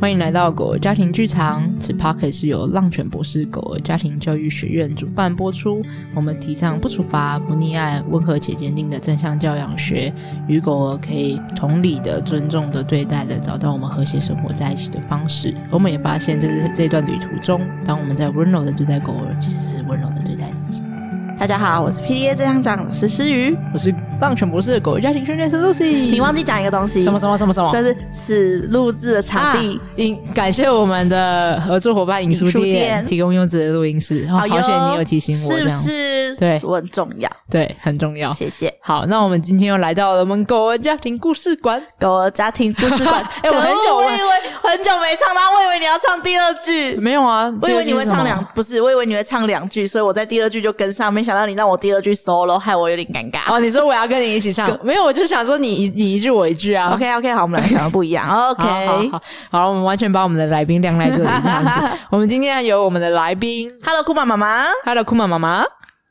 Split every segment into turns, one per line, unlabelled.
欢迎来到狗儿家庭剧场。此 p o c k e t 是由浪犬博士狗儿家庭教育学院主办播出。我们提倡不处罚、不溺爱、温和且坚定的正向教养学，与狗儿可以同理的、尊重的对待的，找到我们和谐生活在一起的方式。我们也发现，在这这段旅途中，当我们在温柔的对待狗儿，其实是温柔的对待自己。
大家好，我是 PDA 这样讲是诗雨。
我是浪犬博士的狗儿家庭训练师 Lucy。
你忘记讲一个东西，
什么什么什么什么？
就是此录制的场地
啊。影感谢我们的合作伙伴影书
影书店
提供优质的录音室，哦、
好哟
好险你有提醒我，
是
这
不
样
是？
对
我很重要，
对很重要。
谢谢。
好，那我们今天又来到了我们狗儿家庭故事馆，，
狗儿家庭故事 馆
哎我很久
可恶我以为很久没唱啦，我以为你要唱第二句。
没有啊？
我以为你会唱两
两，
不嗯是，我以为你会唱两句，所以我在第二句就跟上，没想到你让我第二句 solo，害我有点尴尬。
哦，你说我要跟你一起唱，没有，我就想说你一你一句我一句啊。
OK OK，好，我哦们俩想的不一样。OK，
好好好，好，我们完全把我们的来宾晾在这里。这样子我们今天有我们的来宾
Hello，库玛妈妈，
，Hello，库玛妈妈，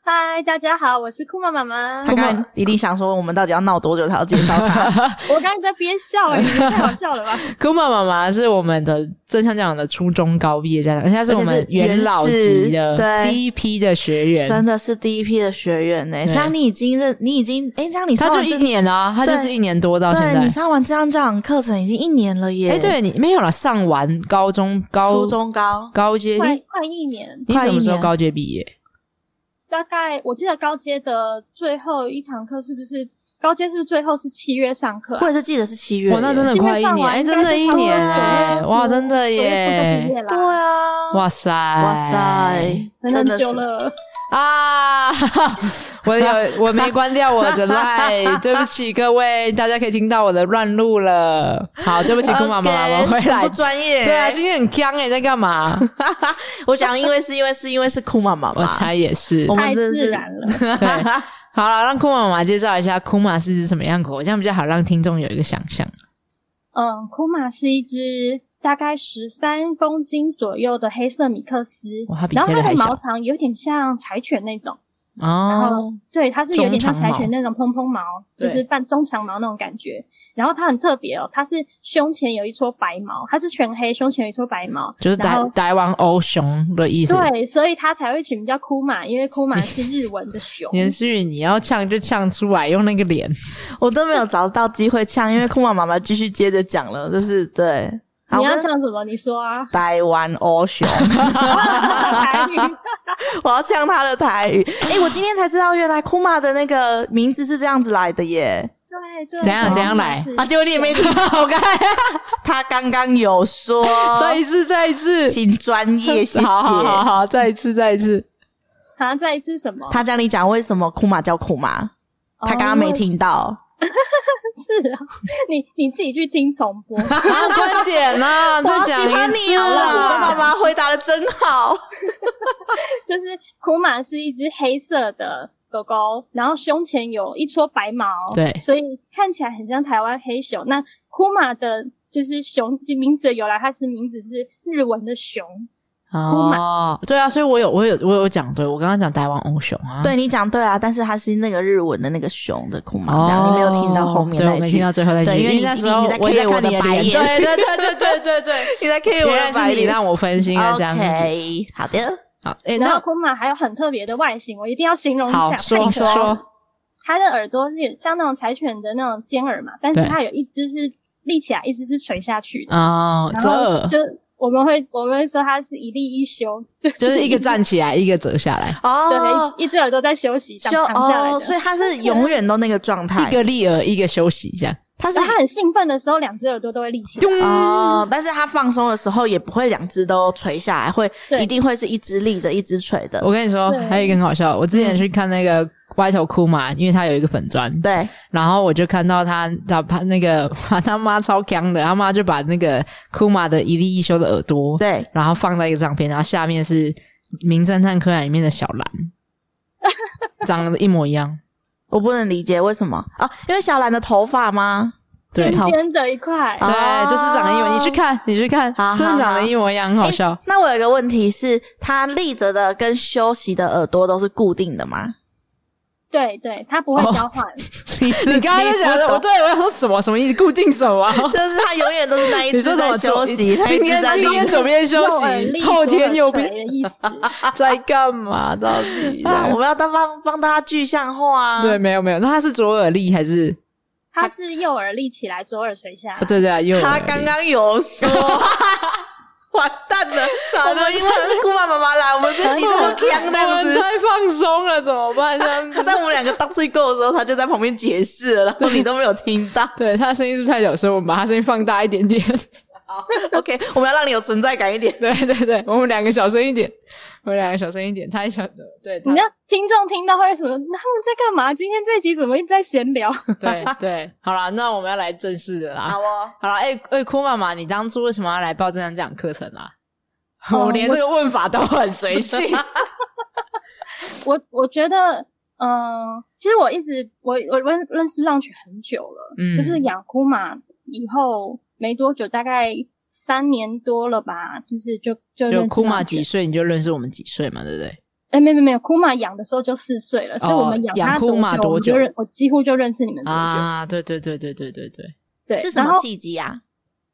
嗨，大家好，我是酷妈妈妈。
他刚才一定想说我们到底要闹多久才要介绍他？
我刚刚在憋笑、欸，你们太好笑了吧？
库玛妈妈是我们的正向讲的初中高毕业家长，而且她是我
而
们
且是
元老级
原始
的
对
第一批的学员，
真的是第一批的学员呢、
对
这样你已经认，你已经哎、这样你
她
上
就
完
一
这
年啊，她就是
对
一年多到现
对你
在。
上完这样这样课程已经一年了耶。
哎，，对你没有了，上完高中高
初中高
高阶，
快
你
快一年，
你
快
什么
一
时候
年
高阶毕业？
大概我记得高阶的最后一堂课是不是？高阶是不是最后是七月上课、
我
啊？
也是记得是七月耶。
哇，那真的
因
快
为
一
上
年，
完
哎，
应该
真的
就
一
差不多嗯
年，哎，
九
哇，
月
真的
九月份就毕
耶
业！啦
对啊，
哇塞，
哇塞，真
很
的是
久了，
啊！ 我有我没关掉我的 line，对不起各位，大家可以听到我的乱录了。好，对不起，姑妈妈，我
OK，
回来
很不。专业、
对啊，今天很僵哎、你在干嘛？
我想因为是因为是因为是酷妈妈
我
嘛，
猜也是
我。们
太
真的
自
是
然了。
对，好了，让库玛妈介绍一下库玛是只什么样的狗，这样比较好让听众有一个想象。
嗯，库玛是一只大概十三公斤左右的黑色米克斯
哇它，比
然后
Taylor
它
还
的
小
毛长有点像柴犬那种，然
哦
后对，它是有点像
中长
柴
毛
犬那种蓬蓬毛，
对
就是半中长毛那种感觉。然后它很特别哦，它是胸前有一撮白毛，它是全黑，胸前有一撮白毛，
就是
然
台
后
台湾欧熊的意思。
对，所以它才会取名叫库玛，因为库玛是日文的熊。
年思雨，你要呛就呛出来，用那个脸。
我都没有找到机会呛，因为酷妈妈妈继续接着讲了，就是对，好
你要
跟，
像什么？你说啊
台湾欧熊。
台语
我要呛他的台 语。哎、我今天才知道，原来库玛的那个名字是这样子来的耶！
对对，
怎样
所以
怎样
它
来
是
啊，结果你也 没听，
好该，
他刚刚有 说，
再一次，再一次，
请专业，哦谢谢。
好好好好，再一次，再一次。
啊，再一次什么？
他讲你讲为什么库玛叫库玛，他刚刚没
哦
听到。
是啊，你你自己去听重播。
啊，快 点啦！
我
再
好喜
讲
欢
一
你
次
哦，我妈
啦！
妈回答的真好。
就是库玛是一只黑色的狗狗，然后胸前有一撮白 毛，
对
所以看起来很像台湾黑熊。那库玛的就是熊名字的由来，它是名字是日文的熊，
哦，对啊，所以我有，我有，我有讲对，我刚刚讲台湾欧熊啊。
对你讲对啊，但是他是那个日文的那个熊的库玛，
哦，
这样你没有听到后面
对，我
那
哦没
一
听
句
到。最后那句，
对因为你
那时候
你在
我在
care
看你的
我的白
脸，
眼
对对对对对对 对，
你在 K 我
原
的
来
白
是你
脸
让我分心了，这样子。
OK，好的。
好，哎，
然后
那
库玛还有很特别的外形，我一定要形容一
好
下。
说
太可爱了
说，
它的耳朵是有像那种柴犬的那种尖耳嘛，但是
对
它有一只是立起来，一只是垂下去的，
哦，
然
折
后
耳
就。我们会我们会说它是一立一休， 就是
就是一个站起来，一个折下来，
哦，
对，一只耳朵在休息，躺
就
躺下来
哦，
的。
所以他是永远都那个状 态
一，个立耳，一个休息，这样。
他是
然后他很兴奋的时候，两只耳朵都会立起来。
咚
哦，但是它放松的时候也不会两只都垂下来，会
对
一定会是一只立着，一只垂的
我。跟你说，
对
还有一个很好笑，我之前去看那个歪头哭嘛，因为他有一个粉砖，
嗯对，
然后我就看到他他他那个 他妈超强的，他妈就把那个库玛的一粒一休的耳朵，
对，
然后放在一个照片，然后下面是《名侦探柯南》里面的小 兰，长得一模一样，
我不能理解为什么哦，因为小兰的头发吗？
对
是
尖
头。
尖的一块，
哦
对，就是长得一模，你去看，你去看，
好好
真的长得一模一样，很好笑。
那我有一个问题是，它立着的跟休息的耳朵都是固定的吗？
对对，它不会
哦
交换。
你是
你刚刚在
听
想
不
说，我
懂
对我要说什么什么意思？固定什么？
就是他永远都是 那一
你
只
说什
在
么？
休息，
左
他一
今
直
天
在
今天
弄
左边休
右耳立
息，后天右
左耳
边
垂的啊 意思，
在干嘛？到 底
啊，我们要当帮帮大家具象化 啊。
对，，没有没有，那他是左耳立还是？
它是右耳立起来，左耳垂下来
啊。对对啊，右耳立。
他刚刚有说， 完蛋了，我们因为是姑妈妈妈来，我们这集这 么强
我
这样
们
子。
太放松了，怎么办？这样
他
子。
在我们两个当最够的时候，他就在旁边解释了，然后你都没有听到。
对他的声音是不是太小声？我们把他声音放大一点 点。
OK，我们要让你有存在感一点。
对对对，我们两个小声一点，我们两个小声一点，他小对，他
你知道听众听到会什么？他们在干嘛？今天这集怎么一直在闲聊？
对对，好啦，那我们要来正式的啦
好。哦，
好啦，哎、哎、哭妈妈，你当初为什么要来报这堂这样课程啊？
哦
我连这个问法都很随 性，
我我觉得，嗯、其实我一直我我认认识浪曲很久了，
嗯
就是养库马以后没多久，大概三年多了吧，就是就就认
就
识
哭妈
浪犬
几岁你就认识我们几岁嘛，对不对？
哎，没没没有，库玛养的时候就四岁了，所以我们养
哦养
它
库玛
多
多久
久我们就认我几乎就认识你们多久。
啊，对对对对对对对，
对，
是什
然
么
后
契机啊？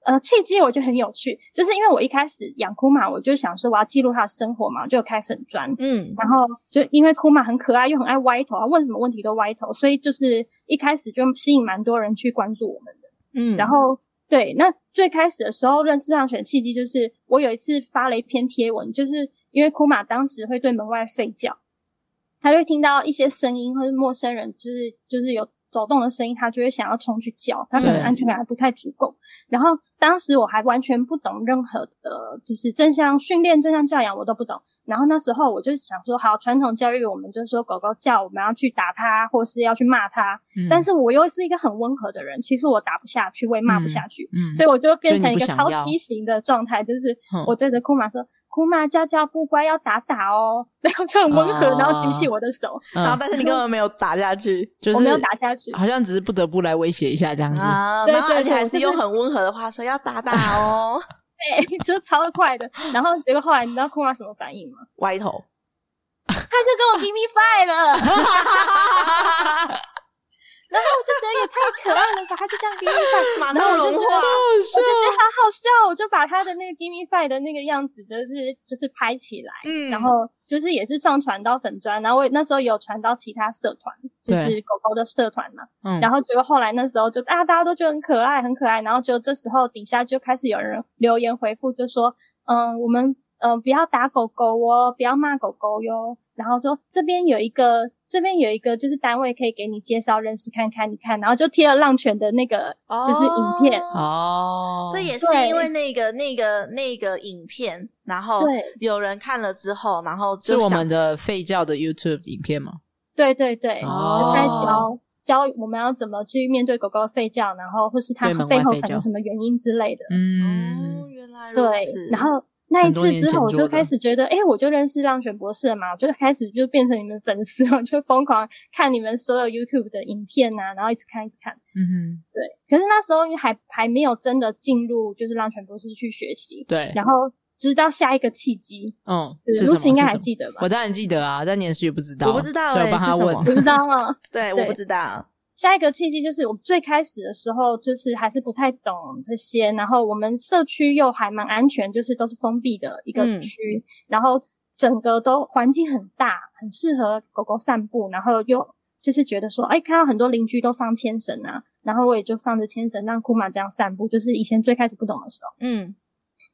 呃，契机我觉得很有趣，就是因为我一开始养库玛，我就想说我要记录它的生活嘛，我就有开粉砖。
嗯，
然后就因为库玛很可爱，又很爱歪头，它啊问什么问题都歪头，所以就是一开始就吸引蛮多人去关注我们的。
嗯
然后对，那最开始的时候认识上选契机就是我有一次发了一篇贴文，就是因为库玛当时会对门外吠叫，他就会听到一些声音或是陌生人，就是就是有走动的声音，他就会想要冲去叫，他可能
对
安全感还不太足够。然后当时我还完全不懂任何的，就是正向训练、正向教养我都不懂。然后那时候我就想说，好，传统教育我们就说狗狗叫，我们要去打它，或是要去骂它。
嗯
但是我又是一个很温和的人，其实我打不下去，我也骂不下去。
嗯，
所以我就变成一
所
个
以你不想
超
要
畸形的状态，就是
哼
我对着库玛说：“库玛叫叫不乖要打打哦。” 然后就很温和，
哦
然后举起我的手，
然后
嗯、
但是你根本没有打下去
就是啊
我没有打下去。
好像只是不得不来威胁一下这样子。
啊，
对
然后
对
而且
对
还
我
是
就是
用很温和的话说要打打哦，
对， 就超快 的。然后结果后来你知道库玛什么反应吗？
歪头。
他就 跟我 give me five 了，然后我就觉得也太可爱了吧，他就 这样 give me five，
马
然
上
后我
融
就觉
化
得。我就觉得
啊
好好笑，我就把他的那个 give me five 的那个样子，就是就是拍起来，
嗯
然后就是也是上传到粉砖，然后我也那时候也有传到其他社团，就
对
是狗狗的社团嘛。
嗯，
然后结果后来那时候就啊，大家都觉得很可爱，很可爱。然后就这时候底下就开始有人留言回复，就说嗯，我们嗯不要打狗狗哦，不要骂狗狗哟。然后说这边有一个，这边有一个就是单位可以给你介绍认识看看，你看。然后就贴了浪犬的那个就是影片，
哦
哦，
所以也是
对
因为那个、那个、那个影片，然后
对
有人看了之后，然后
是
就
我
想
们的吠教的 YouTube 影片吗？
对对对，
哦
就在教教我们要怎么去面对狗狗的吠叫，然后或是它
对门外
背后
吠
可
叫
能什么原因之类的。
嗯
哦，，原来如
对
此，，
然后那
很
一
多
次
年
之
前
后，我
做
就
的
开始觉得，哎，我就认识浪犬博士了嘛，我就开始就变成你们粉丝，我就疯狂看你们所有 YouTube 的影片呐、然后一直看一直看。
嗯哼，
对，可是那时候因为还还没有真的进入就是浪犬博士去学习，
对，
然后直到下一个契机，
嗯，
就是是
什
露
么？
西应该
是
还
什么
记得吧？
我当然记得啊，但你也许不知道，
我不知道
所以
欸
我帮他
是什
问
么。
你不知道啊吗？
对，
对
我不知道，
下一个契机就是我们最开始的时候，就是还是不太懂这些，然后我们社区又还蛮安全，就是都是封闭的一个
嗯
区，然后整个都环境很大，很适合狗狗散步，然后又就是觉得说，哎，看到很多邻居都放牵绳啊，然后我也就放着牵绳让库玛这样散步，就是以前最开始不懂的时候。
嗯，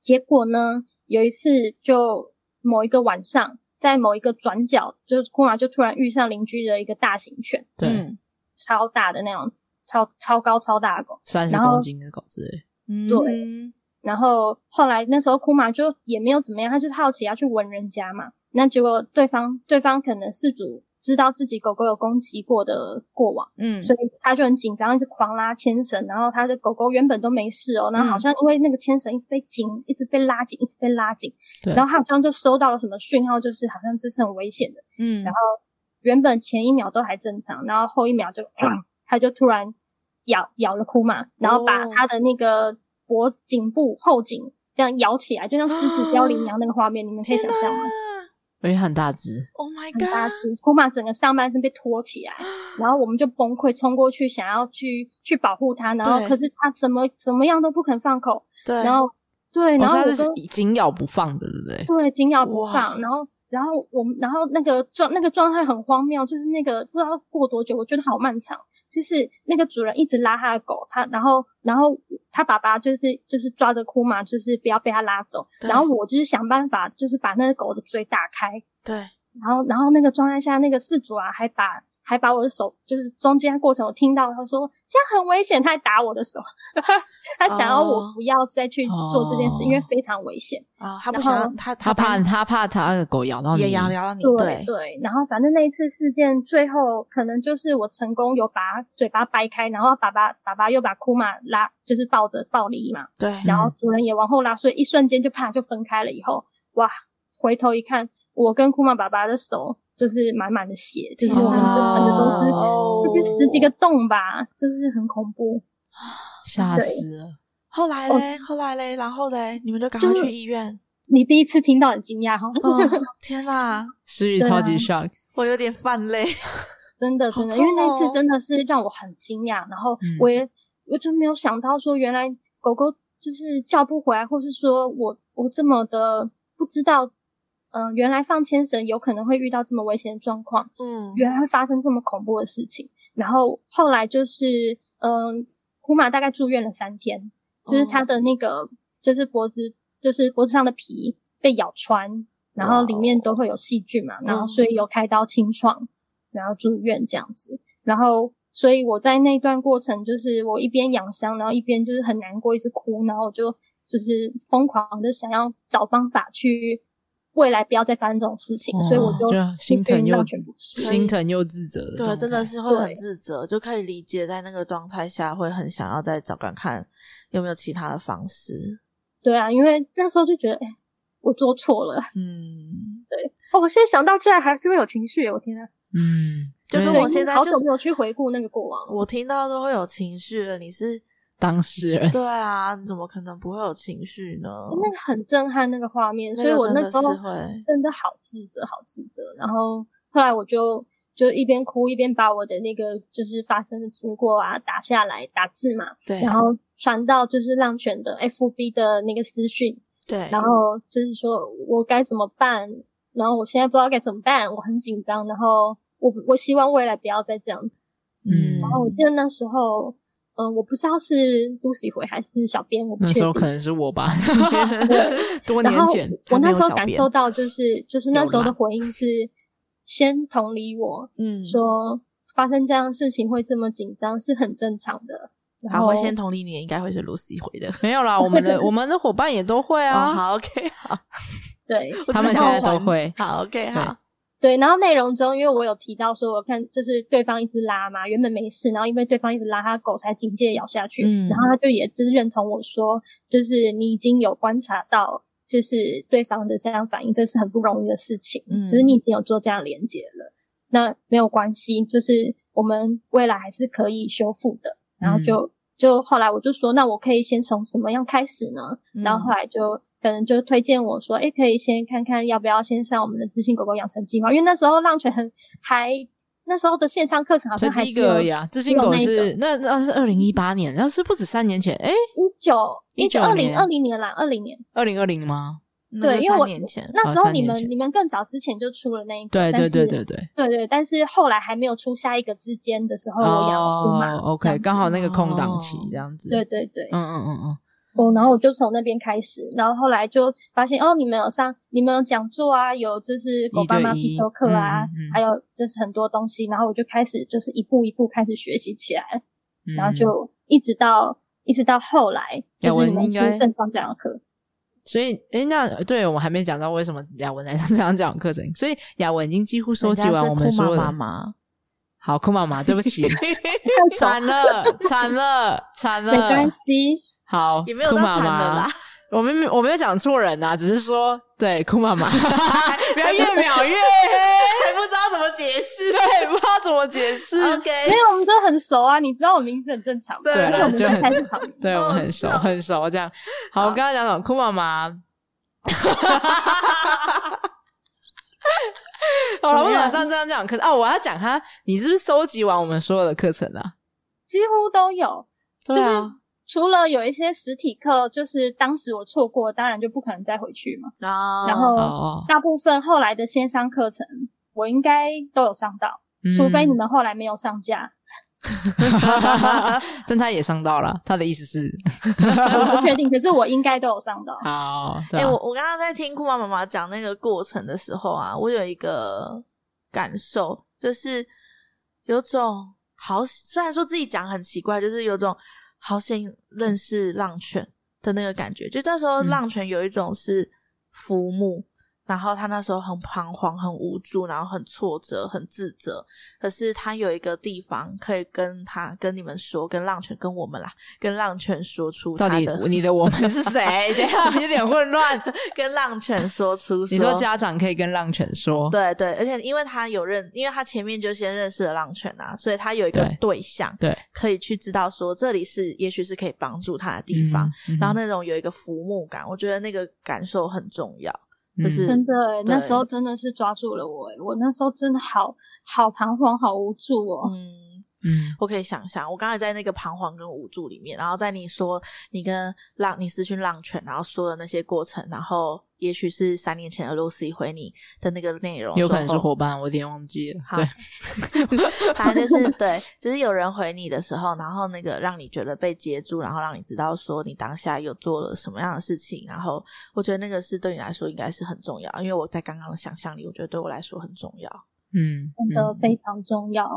结果呢，有一次就某一个晚上，在某一个转角，就是库玛就突然遇上邻居的一个大型犬。
对，
嗯，
超大的那种超超高超大的狗。
三十
然后
公斤的狗之类。
嗯对，
然后后来那时候库玛就也没有怎么样，他就是好奇要去闻人家嘛。那结果对方对方可能事主知道自己狗狗有攻击过的过往，
嗯，
所以他就很紧张，一直狂拉牵绳。然后他的狗狗原本都没事哦，然后好像因为那个牵绳一直被紧，一直被拉紧，一直被拉紧。
对，
然后他好像就收到了什么讯号，就是好像这是很危险的。
嗯，
然后原本前一秒都还正常，然后后一秒就，
嗯
它就突然咬咬了库玛，然后把
哦
它的那个脖颈部后颈这样咬起来，就像狮子凋零一样那个画面，你们可以
啊天
想
哪
象吗？
而且很大只，
Oh my
很大
god！
只，库玛整个上半身被拖起
啊
来，然后我们就崩溃，冲过去想要去去保护它，然后
对
可是它怎么怎么样都不肯放口，
对，哦
然后对，然
然
后
后
我
它是
跟
紧咬不放的，对不对？
对紧咬不
哇
放，然后然后我们然后那个状那个状态很荒谬，就是那个不知道过多久，我觉得好漫长。就是那个主人一直拉他的狗，他然后然后他爸爸就是就是抓着哭嘛，就是不要被他拉走。
对
然后我就是想办法，就是把那个狗的嘴打开，
对，
然后然后那个状态下，那个事主啊，还把还把我的手，就是中间过程我听到他说这样很危险，他还打我的手， 他想要
哦
我不要再去做这件事，
哦
因为非常危险。
啊，他不
然
想
后
要他
它怕
担
它怕它的狗咬到
心
你，
也咬咬到你，
对对，然后反正那一次事件最后可能就是我成功有把嘴巴掰开，然后爸爸爸爸又把库玛拉就是抱着抱离嘛，
对
然后主人也往后拉，所以一瞬间就啪就分开了。以后哇，回头一看，我跟库玛爸爸的手就是满满的血，就是我们
天
就
哪
整个都是
哦
就是十几个。洞吧，就是很恐怖。
吓
对
死了。
后来嘞，后来嘞，然后嘞，你们就赶快
哦就是
去医 院。
你第一次听到很惊讶哈，
嗯，天哪，
思雨
对
超
啊
级 shock，
我有点泛泪。
真的
好
真的，
痛
因为那
哦
次真的是让我很惊讶，然后
嗯
我也、我就没有想到说原来狗狗就是叫不回来，或是说我我这么的不知道，嗯、原来放牵绳有可能会遇到这么危险的状况。
嗯，
原来会发生这么恐怖的事情。然后后来就是，嗯，库玛大概住院了三天，
哦
就是他的那个、就是脖子就是脖子上的皮被咬穿，然后里面都会有细菌
哦
嘛，然后所以有开刀清创，然后住院这样子。然后所以我在那段过程，就是我一边养伤，然后一边就是很难过，一直哭，然后我就就是疯狂的想要找方法去。未来不要再发生这种事情，所以我
哦
就
心疼又
到全部是。
可以
心疼又自责的状态，
对，真的是会很
对
自责，就可以理解，在那个状态下会很想要再找看看有没有其他的方式。
对啊，因为那时候就觉得，哎、我做错了。
嗯，
哦，我现在想到，居然还是会有情绪，我天啊！
嗯，
就跟
因
那
为
我现在
好
就
久
是
没有去回顾那个过往了。
我听到都会有情绪了，你是
当事人，
对啊，你怎么可能不会有情绪呢？
那个很震撼那个画面，
那
所以
个
我
真
那
的
时候
是会
真的好自责，好自责。然后后来我就就一边哭一边把我的那个就是发生的经过啊打下来打字嘛，
对，
然后传到就是浪犬的 FB 的那个私讯，
对，
然后就是说我该怎么办，然后我现在不知道该怎么办，我很紧张，然后我我希望未来不要再这样子。
嗯
然后我记得那时候，嗯、我不知道是 Lucy 回还是小编，我不
那
确
时
定
候。可能是我 吧，多
然
年
后
前，
我那时候
他没有小编
感受到，就是就是那时候
有
的
啦
回应是先同理 我
嗯，
说发生这样的事情会这么紧张是很正常的。然
好，
后
我先同理你，应该会是 Lucy 回的。
没有啦，我们的我们的伙伴也都会
哦，
啊，
好，OK，好，
对
我只
他们
想
现在
要
都
还
会
好，OK，好，
对，然后内容中，因为我有提到说，我看就是对方一直拉嘛，原本没事，然后因为对方一直拉，他的狗才警戒咬下去，
嗯
然后他就也就是认同我说，就是你已经有观察到，就是对方的这样反应，这是很不容易的事情，
嗯
就是你已经有做这样连接了，那没有关系，就是我们未来还是可以修复的，然后
嗯
嗯
就、就后来我就说，那我可以先从什么样开始呢？
嗯
然
嗯
后后来就可能就推荐我说，哎，可以先看看要不要先上我们的知性狗狗养成计划，因为那时候浪犬很还那时候的线上课程好
才
像还
第一个而已
一
啊。自
只
信
有
狗
那一
是那那是二零一八年，那是不止三年前，诶
九一九
19
二
年
零二零年啦，二零年
二零二零吗？
那
对，
就
因为
三
我
年前，
那
哦
时候
三
你
年
们
前
你们更早之前就出了那一个，
对
但
对
是
对对对。
对对，但是后来还没有出下一个之间的时候，我养了姑妈
哦，OK，刚好那个空档
哦
期这样子，
对对对，
嗯嗯嗯嗯，
哦，然后我就从那边开始，然后后来就发现哦，你们有上，你们有讲座啊，有就是狗爸妈
一对一
必修课啊，
嗯嗯
还有就是很多东西，然后我就开始就是一步一步开始学习起来，
嗯
然后就一直到一直到后来，
雅
就是
文
你们
应该
出正常讲的课，
所以，诶，那对我们还没讲到为什么雅文来上这堂讲课程，所以雅文已经几乎 收
人
集
家
完
是
我们
酷
所有的。
妈妈，
好，酷妈妈，对不 起，惨了，惨了，惨了，
没关系，
好，
也没有
酷
到
妈
惨了
妈
啦，，
我们我没有讲错人啊呐，只是说对酷妈妈， 不要越描越 黑，
还不知道怎么解 释。
对，不知道怎么解释，
没
OK，
有，我们都很熟啊，你知道我名字很正常嘛，
对
而且我们
啊就很
在菜市场，
对我们很熟
好笑
很熟这样。好，我
好
刚刚讲什么？酷妈妈，好了，为
怎么样
什么上这样讲？可是哦，我要讲他，你是不是收集完我们所有的课程啊？
几乎都有。
对
就
啊，
哦
是除了有一些实体课，就是当时我错过，当然就不可能再回去嘛。然
然
后
哦，
大部分后来的线上课程，我应该都有上到，
嗯
除非 你，们后来没有上架，
但他也上到了，他的意思 是，
我不确定。可是我应该都有上到。
好，
哎、
对啊
我我刚刚在听库妈妈妈讲那个过程的时候啊，我有一个感受，就是有种好，虽然说自己讲很奇怪，就是有种好想认识浪犬的那个感觉。就那时候
嗯
浪犬有一种是浮木，然后他那时候很彷徨、很无助，然后很挫折、很自责。可是他有一个地方可以跟他、跟你们说，跟浪犬、跟我们啦，跟浪犬说出
到
他
底
的
你的我们是 谁？这样有点混乱。
跟浪犬说出
你说家长可以跟浪犬说，
哦对对，而且因为他有认，因为他前面就先认识了浪犬啊，所以他有一个
对
对象，
对
可以去知道说这里是也许是可以帮助他的地方。
嗯，
然后那种有一个浮木感，我觉得那个感受很重要。
嗯
就是
嗯
真的欸、
对
那时候真的是抓住了我欸、我那时候真的好好彷徨，好无助哦、
嗯，
嗯
我可以想象，我刚才在那个彷徨跟无助里面，然后在你说你跟浪，你失去浪犬，然后说的那些过程，然后也许是三年前俄罗斯回你的那个内容，
有可能是
说哦
伙伴，我有点忘记了。
好
对，
反正 就是对，就是有人回你的时候，然后那个让你觉得被接住，然后让你知道说你当下有做了什么样的事情，然后我觉得那个是对你来说应该是很重要，因为我在刚刚的想象里，我觉得对我来说很重要。
嗯，
真的
嗯
非常重要。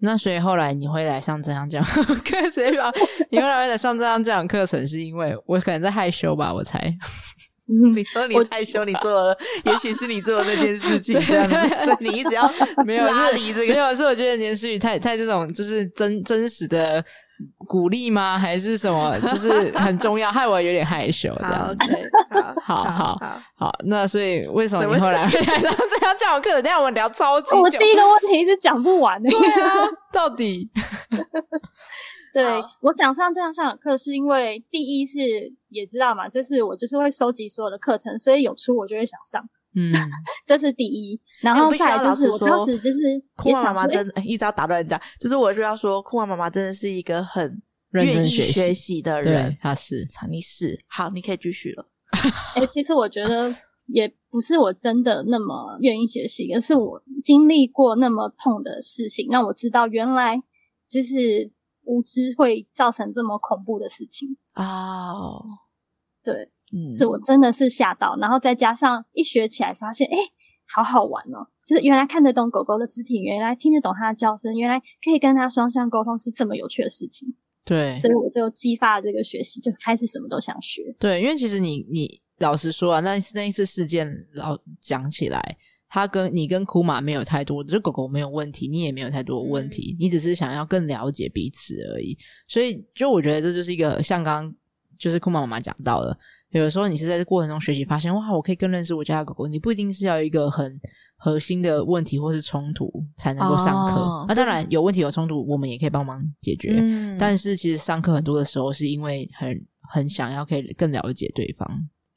那所以后来你会来上这样讲课，直接把你后来会来上这样讲课程，是因为我可能在害羞吧，我猜。
嗯，
说 你
我
害羞，你做了，也许是你做了那件事情
这样子所
以你一直 要
没有是
离这
没。有，是我觉得年思雨太太这种就是真真实的鼓励吗？还是什么？就是很重要，害我有点害羞这
好
样。
，OK，
好好
好，
好，那所以为什么
什么
你后来会来上这样讲课？等一下我们聊超级久。
我第一个问题是讲 不完的、欸
对啊，到底
对
好，
我想上这样上的课，是因为第一是也知道嘛，就是我就是会收集所有的课程，所以有出我就会想上，
嗯，
这是第一。然
哎我
后
必须
再
要
来就
老
是
实
我
说
当时就是
酷
也
妈
想
妈妈
说，哎
真的、哎一直要打断人家，就是我就要说，酷妈妈妈真的是一个很
认
愿
真
意
学习
学习的
对
人，。
他是
查你是好，你可以继续了。
哎、其实我觉得也不是我真的那么愿意学习，而是我经历过那么痛的事情，让我知道原来就是无知会造成这么恐怖的事情。
哦，
对，
嗯，
是我真的是吓到，然后再加上一学起来发现，哎、好好玩哦！就是原来看得懂狗狗的肢体，原来听得懂它的叫声，原来可以跟它双向沟通，是这么有趣的事情。
对
所以我就激发了这个学习，就开始什么都想学。
对，因为其实你你老实说啊，那一次那一次事件老讲起来，他跟你跟库玛没有太多，就狗狗没有问题，你也没有太多的问题，你只是想要更了解彼此而已。所以就我觉得这就是一个像刚刚就是库玛妈妈讲到的，有的时候你是在这过程中学习，发现哇，我可以更认识我家的狗狗。你不一定是要一个很核心的问题或是冲突才能够上课。
哦
那当然有问题有冲突，我们也可以帮忙解决。
嗯
但是其实上课很多的时候是因为很很想要可以更了解对方，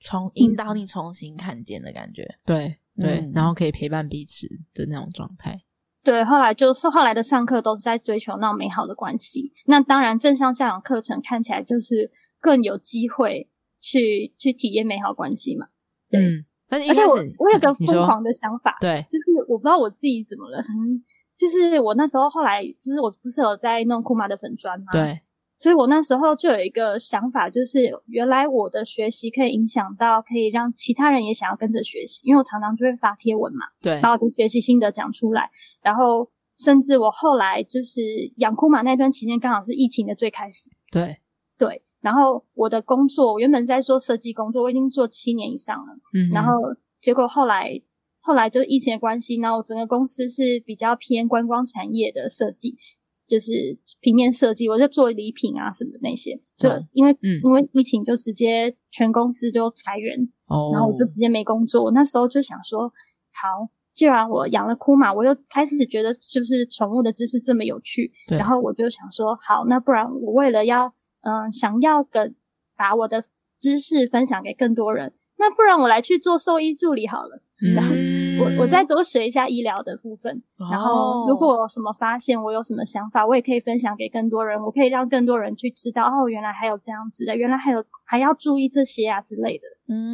从引导你重新看见的感觉。
对对，
嗯
然后可以陪伴彼此的那种状态。
对，后来就是后来的上课都是在追求那种美好的关系。那当然，正向教养课程看起来就是更有机会去去体验美好关系嘛。对
嗯，但是一
而且
开
我
始
我有个
你
疯
说
狂的想法，
对，
就是我不知道我自己怎么了，可能就是我那时候后来就是我不是有在弄库玛的粉砖吗？，
对，
所以我那时候就有一个想法，就是原来我的学习可以影响到，可以让其他人也想要跟着学习，因为我常常就会发贴文嘛，
对，
把我的学习心得讲出来，然后甚至我后来就是养库玛那段期间，刚好是疫情的最开始，
对，
对。然后我的工作，我原本在做设计工作，我已经做七年以上了。
嗯哼，
然后结果后来后来就是疫情的关系，然后我整个公司是比较偏观光产业的设计，就是平面设计，我在做礼品啊什么那些，就
嗯
因为、
嗯
因为疫情就直接全公司就裁员，
哦，
然后我就直接没工作。我那时候就想说，好。既然我养了库玛，我又开始觉得就是宠物的知识这么有趣，
对
然后我就想说，好，那不然我为了要，嗯、想要跟把我的知识分享给更多人，那不然我来去做兽医助理好了。然后
嗯
我我再多学一下医疗的部分，然
哦
哦
后如果我有什么发现，我有什么想法，我也可以分享给更多人，我可以让更多人去知道哦，原来还有这样子的，原来还有还要注意这些啊之类的。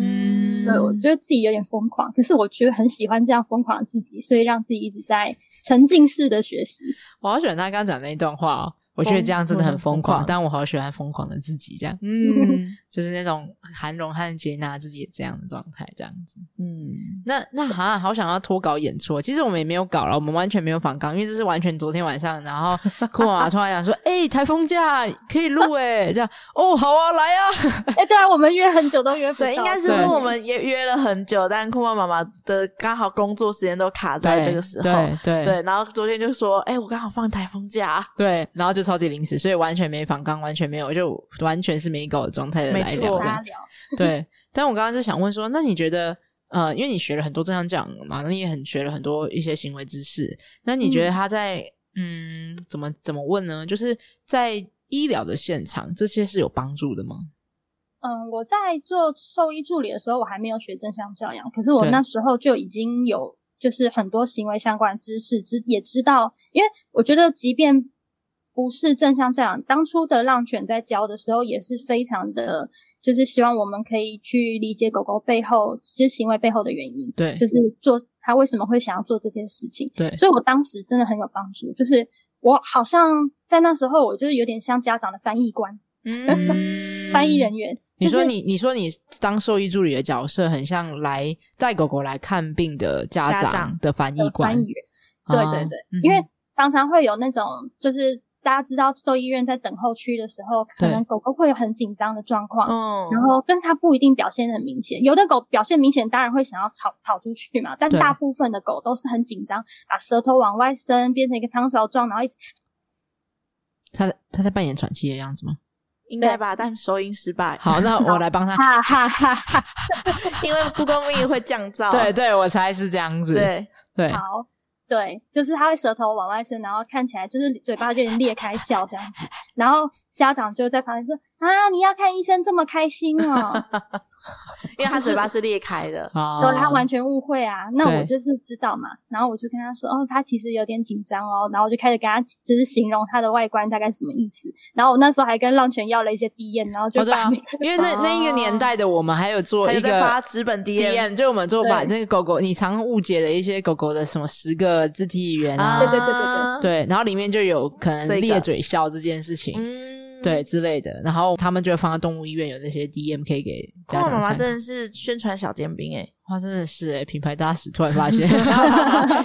嗯
对，我觉得自己有点疯狂，可是我觉得很喜欢这样疯狂的自己，所以让自己一直在沉浸式的 学习。
我好喜欢他刚刚讲那一段话哦，我觉得这样真的很疯
疯
狂
狂，
但我好喜欢疯狂的自己，这 样
嗯
就是那种涵容和接纳自己这样的状态，这样子。
嗯，
那那好像好想要脱稿演出哦，其实我们也没有稿了，我们完全没有访纲，因为这是完全昨天晚上，然 后库玛突然讲说：“哎、台风假可以录哎、这样哦，好啊，来啊。
哎，对啊，我们约很久都约不到，
对，应该是
对
说我们也约了很久，但酷妈妈妈的刚好工作时间都卡在这个时候。
对对对
对，然后昨天就说，哎、我刚好放台风假，
对，然后就超级临时，所以完全没访纲，完全没有，就完全是没稿的状态的
没
来
错
聊这
大
样
家。聊。
对，但我刚刚是想问说，那你觉得，呃，因为你学了很多正向教养嘛，那你也很学了很多一些行为知识，那你觉得他在，嗯怎么怎么问呢？就是在医疗的现场，这些是有帮助的吗？
嗯，我在做兽医助理的时候，我还没有学正向教养，可是我
对
那时候就已经有就是很多行为相关的知识，知也知道，因为我觉得即便不是正向教养，当初的浪犬在教的时候也是非常的，就是希望我们可以去理解狗狗背后其实行为背后的原因，
对
就是做它为什么会想要做这件事情。
对
所以我当时真的很有帮助，就是我好像在那时候，我就是有点像家长的翻译官、
嗯，
翻译人员。
你
就是
说你，你说你当兽医助理的角色，很像来带狗狗来看病的
家
家长
长
的翻译
的
官嗯
翻译，员，对
哦
对对，因为常常会有那种就是大家知道兽医院在等候区的时候，可
对哦
能狗狗会有很紧张的状况。
嗯，
然后，但是它不一定表现得很明显。有的狗表现明显，当然会想要跑跑出去嘛。但
对
大部分的狗都是很紧张，把舌头往外伸，变成一个汤勺状，然后一直
他他在扮演喘气的样子吗？
应该吧，但收音失败，
好，那我来帮他。
哈哈哈哈。
因为 Google Meet 会降噪，
对对，我猜是这样子。
对，
对，
好，对，就是它会舌头往外伸，然后看起来就是嘴巴就有点裂开笑这样子。然后家长就在旁边说：“啊，你要看医生这么开心哦。”
因为他嘴巴是裂开 的，
好
对他完全误会啊，那我
哦对
就是知道嘛，然后我就跟他说，哦，他其实有点紧张哦，然后我就开始跟他就是形容他的外观大概什么意思，然后我那时候还跟浪犬要了一些 D N，然后就
哦对
把
啊
那个、，
因为那那一个年代的我们还有做
还
一
有在
个
发纸本 DM，
DM，就我们做把
对
这个狗狗你常误解的一些狗狗的什么十个肢体语言
啊
啊，
对对对
对，
对
对，然后里面就有可能
这个
咧嘴笑这件事情，
嗯，
对。之类的，然后他们就会放到动物医院有那些 DM 可以给
酷
家
妈
长
妈
参考。
真的是宣传小尖兵哎、
哇，真的是哎，品牌大使突然发 现，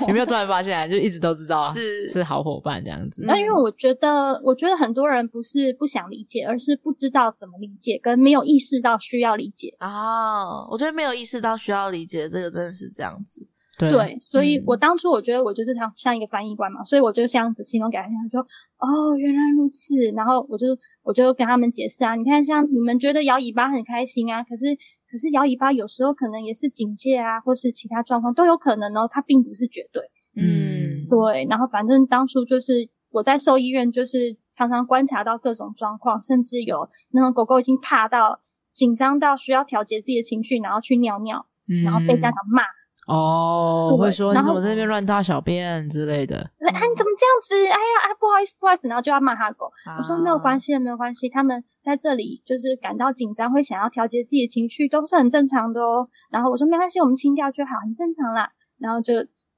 有没有突然发现啊？就一直都知道啊
是哎
是好伙伴这样子，
那因为我觉得，我觉得很多人不是不想理解，而是不知道怎么理解，跟没有意识到需要理解。
哦，我觉得没有意识到需要理解这个，真的是这样子。
对
对，所以
嗯
我当初我觉得我就是像像一个翻译官嘛，所以我就这样子形容给他听，他说哦，原来如此，然后我就我就跟他们解释啊，你看像你们觉得摇尾巴很开心啊，可是可是摇尾巴有时候可能也是警戒啊，或是其他状况都有可能哦，它并不是绝对。
嗯
对，然后反正当初就是我在兽医院，就是常常观察到各种状况，甚至有那种狗狗已经怕到紧张到需要调节自己的情绪，然后去尿尿，
嗯
然后被家长骂，
哦，
对
会说你
然
怎
后
么在那边乱大小便之类的，
对，啊，你怎么这样子？哎呀，啊，不好意思，不好意思，然后就要骂他狗。我说没有关
啊
系，
系的，没有关系，他们在这里就是感到紧张，会想要调节自己的情绪，都是很正常的哦。然后我说没关系，我们清掉就好，很正常啦。然后就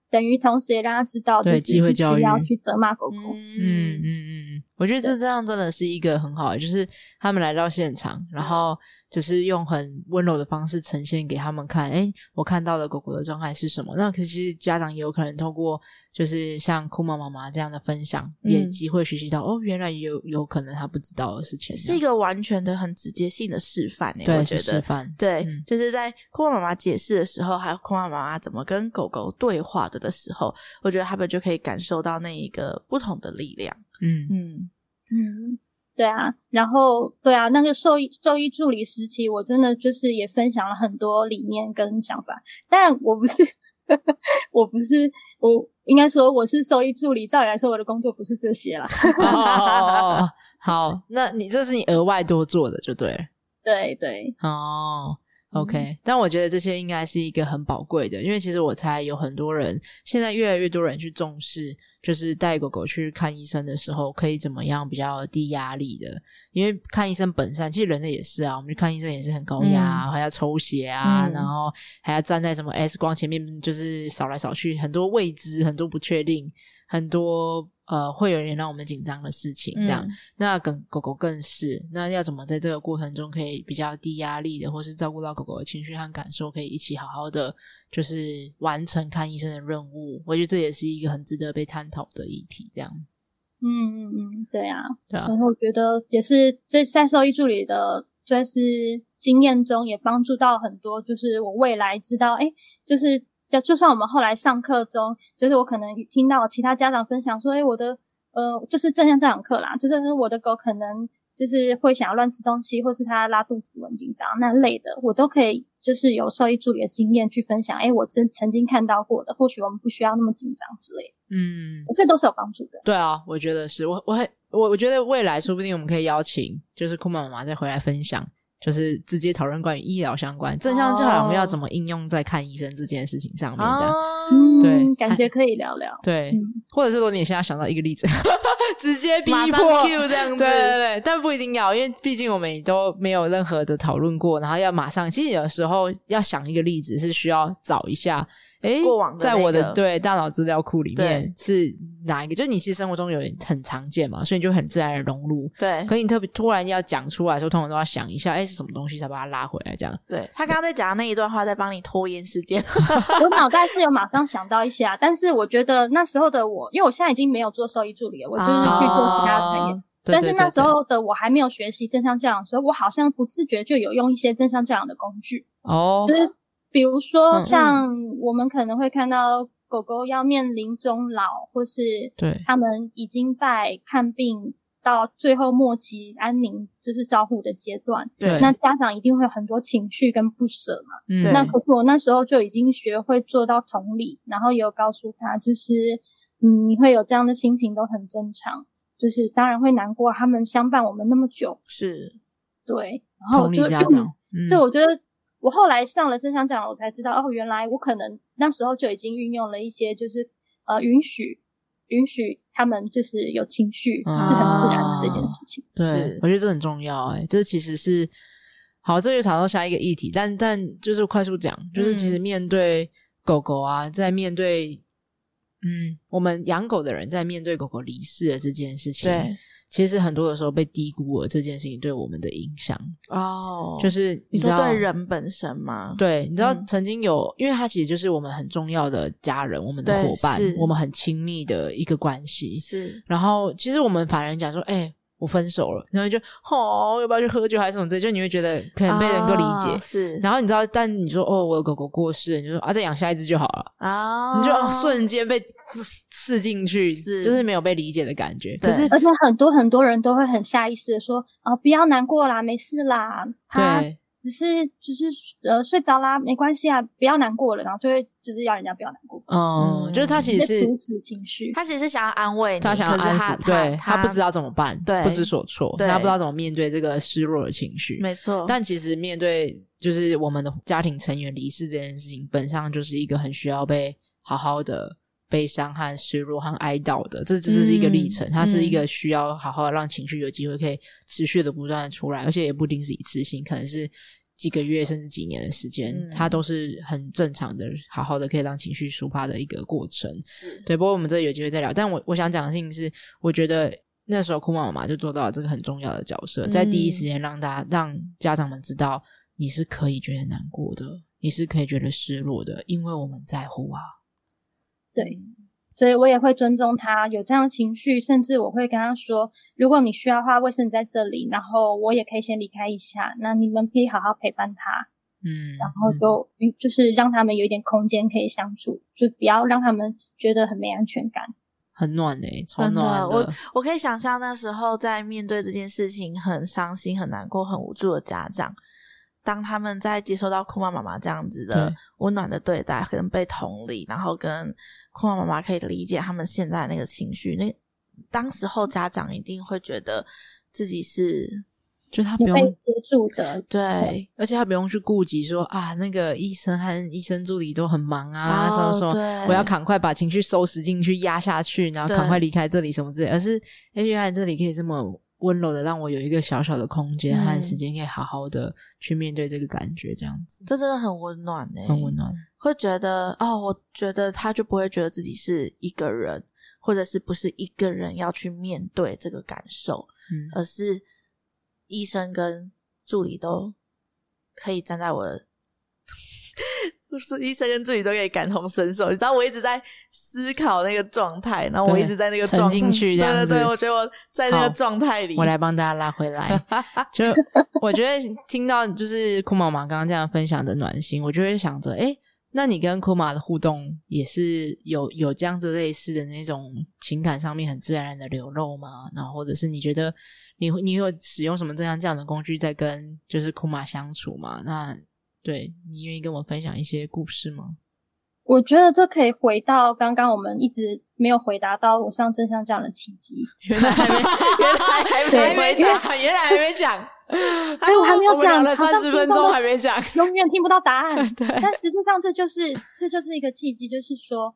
等于同时也让他知道，就
对
是
机会
不需
教育
要去责骂狗狗。
嗯嗯
嗯，
嗯嗯，我觉得这这样真的是一个很好的，就是他们来到现场，
嗯
然后就是用很温柔的方式呈现给他们看，哎，我看到了狗狗的状态是什么。那可是家长也有可能透过就是像酷猫妈妈这样的分享，
嗯
也机会学习到哦，原来有有可能他不知道的事情，
是一个完全的很直接性的示范哎、我
嗯对
觉
是
得
示范，
对，
嗯
就是在酷妈妈解释的时候，还有酷妈妈怎么跟狗狗对话的的时候，我觉得他们就可以感受到那一个不同的力量。
嗯
嗯
嗯，对啊，然后对啊，那个兽医兽医助理时期，我真的就是也分享了很多理念跟想法，但我不是， 我不是，我应该说我是兽医助理，照理来说我的工作不是这些啦，
哦哦哦哦哦，好，那你这是你额外多做的就对了。
对对，
哦， OK，但我觉得这些应该是一个很宝贵的，因为其实我猜有很多人现在越来越多人去重视，就是带狗狗去看医生的时候可以怎么样比较低压力的，因为看医生本身其实人类也是啊，我们去看医生也是很高压啊、还要抽血啊，
嗯
然后还要站在什么 X 光前面，就是扫来扫去，很多未知，很多不确定，很多呃会有点让我们紧张的事情这
嗯
样。那跟狗狗更是，那要怎么在这个过程中可以比较低压力的，或是照顾到狗狗的情绪和感受，可以一起好好的就是完成看医生的任务？我觉得这也是一个很值得被探讨的议题。这样，
嗯嗯嗯，对啊，
对啊，
然后我觉得也是这在兽医助理的，就是经验中也帮助到很多，就是我未来知道，哎，就是就就算我们后来上课中，就是我可能听到其他家长分享说，哎，我的呃，就是正向教养课啦，就是我的狗可能就是会想要乱吃东西，或是它拉肚子、很紧张那类的，我都可以就是有兽医助理的经验去分享，哎，我真曾经看到过的，或许我们不需要那么紧张之类的，
嗯，
我觉得都是有帮助的。
对啊，我觉得是我我很我我觉得未来说不定我们可以邀请，就是库玛妈妈再回来分享，就是直接讨论关于医疗相关正向教养
哦
要怎么应用在看医生这件事情上面，这样、
啊，
嗯，
对哎
感觉可以聊聊。
对。
嗯。
或者是如果你现在想到一个例子，直接逼
马上
迫。
Q 这样子，
对对对，但不一定要，因为毕竟我们也都没有任何的讨论过，然后要马上。其实有时候要想一个例子，是需要找一下，诶，
过往的
在我
那
的
个
对大脑资料库里面是哪一个？就是你其实生活中有很常见嘛，所以你就很自然的融入。
对
可你特别突然要讲出来的时候，通常都要想一下，诶，是什么东西才把它拉回来？这样，
对，他刚刚在讲的那一段话，在帮你拖延时间。
我脑袋是有马上想到一些啊，但是我觉得那时候的我，因为我现在已经没有做兽医助理了，我就是 去做其他的产业。
哦对
哦但是
对
那
对
时
对
候的我还没有学习正向教养，所以我好像不自觉就有用一些正向教养的工具，
哦，
就是比如
嗯
说
嗯
像我们可能会看到狗狗要面临终老，或是
对
他们已经在看病到最后末期安宁，就是照护的阶段，
对
那家长一定会有很多情绪跟不舍嘛。
嗯
对
那可是我那时候就已经学会做到同理，然后也有告诉他，就是嗯，你会有这样的心情都很正常，就是当然会难过，他们相伴我们那么久，
是，
对，然后我
同理
就
家 长，嗯
对，我觉得我后来上了正向讲，我才知道哦，原来我可能那时候就已经运用了一些，就是呃，允许允许他们就是有情绪、是很自然的
啊
这件事情，
对
是，
我觉得这很重要、欸。哎，这其实是好，这就谈到下一个议题，但但就是快速讲，就是其实
嗯
面对狗狗啊，在面对嗯，我们养狗的人在面对狗狗离世的这件事情，
对，
其实很多的时候被低估了这件事情对我们的影响，
哦，
就是
你
知
说
道
对人本身吗？
对，你知道
嗯
曾经有，因为它其实就是我们很重要的家人，我们的
对
伙伴
是，
我们很亲密的一个关系，
是，
然后其实我们反而讲说，哎、我分手了，然后就哦，要不要去喝酒还是什么之类，就你会觉得可能被能够理解。
啊是，
然后你知道，但你说哦，我的狗狗过世了，你就说啊，再养下一只就好了，
啊，
你就、哦瞬间被刺进去，
是
就是没有被理解的感觉。可
对
是
而且很多很多人都会很下意识的说啊、不要难过啦，没事啦，他
对
只是只是呃睡着啦，没关系啊，不要难过了，然后就会就是要人家不要难过，
嗯，
嗯
就是他其实
直接
是
阻止情绪。
他其实是想要安慰你，
他想要
可是
安
他
抚，对
他
不知道怎么办，
对
不知所措，
对
他不知道怎么面对这个失落的情绪。
没错，
但其实面对就是我们的家庭成员离世这件事情，本上就是一个很需要被好好的悲伤和失落和哀悼的，这这是一个历程，它是一个需要好好地让情绪有机会可以持续的不断的出来，而且也不一定是一次性，可能是。几个月甚至几年的时间，
嗯
它都是很正常的，好好的可以让情绪抒发的一个过程。
是
对，不过我们这有机会再聊。但我我想讲的事情是，我觉得那时候库玛妈妈就做到了这个很重要的角色，在第一时间让大家让家长们知道，你是可以觉得难过的，你是可以觉得失落的，因为我们在乎啊。
对，所以我也会尊重他有这样的情绪，甚至我会跟他说，如果你需要的话，卫生纸在这里，然后我也可以先离开一下，那你们可以好好陪伴他，
嗯，
然后就、嗯就是让他们有一点空间可以相处，就不要让他们觉得很没安全感。
很暖诶、超
真
暖
我我可以想象那时候在面对这件事情很伤心、很难过、很无助的家长，当他们在接收到库玛妈妈这样子的
对
温暖的对待，可能被同理，然后跟库玛妈妈可以理解他们现在那个情绪，那当时候家长一定会觉得自己是
就他不
有被
用，
接住的，
对
而且他不用去顾及说啊，那个医生和医生助理都很忙啊，什么什么，
么
我要赶快把情绪收拾进去，压下去，然后
对
赶快离开这里什么之类。而是哎，原来这里可以这么温柔的让我有一个小小的空间和
嗯
时间，可以好好的去面对这个感觉，这样子
这真的很温暖呢、
很温暖。
会觉得哦，我觉得他就不会觉得自己是一个人，或者是不是一个人要去面对这个感受，
嗯，
而是医生跟助理都可以站在我的。 就是医生跟助理都可以感同身受，你知道我一直在思考那个状态，然后我
对
一直在那个
沉
状态，
进去这样
对对
子
对，我觉得我在那
好
个状态里，
我来帮大家拉回 来。就我觉得听到就是库妈妈刚刚这样分享的暖心，我就会想着，哎、那你跟库玛的互动也是有有这样子类似的那种情感上面很自然而然的流露吗？然后或者是你觉得你会你有使用什么这样这样的工具在跟就是库玛相处吗？那对你愿意跟我分享一些故事 吗？
我觉得这可以回到刚刚我们一直没有回答到我上正向这样的契机，
原来还没，原来还
对
没 讲，原来还没讲，
所以我还没有
们聊
讲，
了
好像
三十分钟还没讲，
永远听不到答案。
对，
但实际上，这就是这就是一个契机，就是说，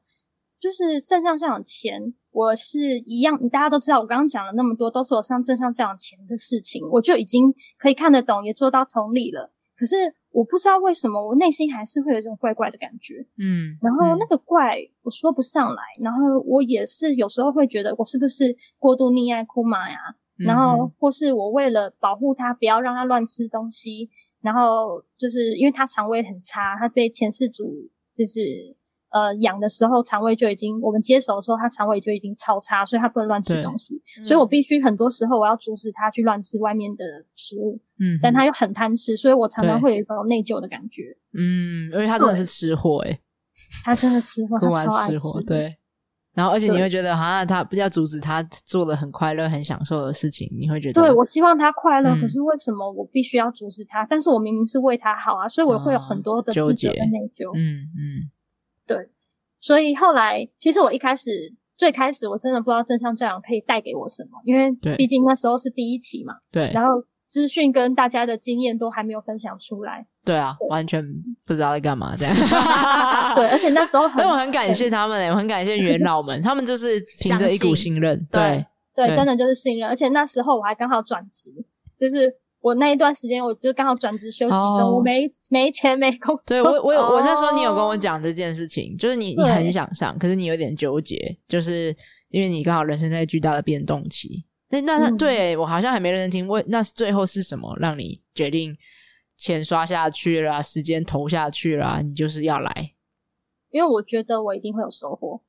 就是正向教养前，我是一样，大家都知道，我刚刚讲了那么多，都是我上正向教养前的事情，我就已经可以看得懂，也做到同理了。可是我不知道为什么，我内心还是会有一种怪怪的感觉。
嗯，
然后
嗯
那个怪我说不上来，然后我也是有时候会觉得我是不是过度溺爱库玛呀？
嗯
然后或是我为了保护它，不要让它乱吃东西，然后就是因为它肠胃很差，它被前世主就是呃养的时候肠胃就已经，我们接手的时候它肠胃就已经超差，所以它不能乱吃
对
东西，
嗯
所以我必须很多时候我要阻止它去乱吃外面的食物，
嗯，嗯
但它又很贪吃，所以我常常
对
会有一种内疚的感觉。
嗯，因为他真的是吃货哎、
它真的吃货，
欸，跟
它
完
超爱
吃
吃
货
的
对。然后，而且你
对
会觉得，好像他不要阻止他做了很快乐、很享受的事情，你会觉得，
对，我希望他快乐，
嗯
可是为什么我必须要阻止他？但是我明明是为他好啊，所以我会有很多的
嗯纠
自
结
责跟内疚。
嗯嗯
所以后来，其实我一开始最开始我真的不知道正向教养可以带给我什么，因为
对
毕竟那时候是第一期嘛，
对，
然后资讯跟大家的经验都还没有分享出来。
对啊，完全不知道在干嘛这样。啊
对，而且那时候很
但我很感谢他们、欸，我很感谢元老们，他们就是凭着一股
相信
信任，
对
对
对，
对
真的就是信任。而且那时候我还刚好转职，就是我那一段时间我就刚好转职休息中，
哦
我没没钱没工作。
对我我有、我那时候你有跟我
哦
讲这件事情，就是你你
对
很想上，可是你有点纠结，就是因为你刚好人生在巨大的变动期。那那那、
嗯
对我好像还没认真听，为那是最后是什么让你决定钱刷下去啦，时间投下去啦，你就是要来，
因为我觉得我一定会有收获，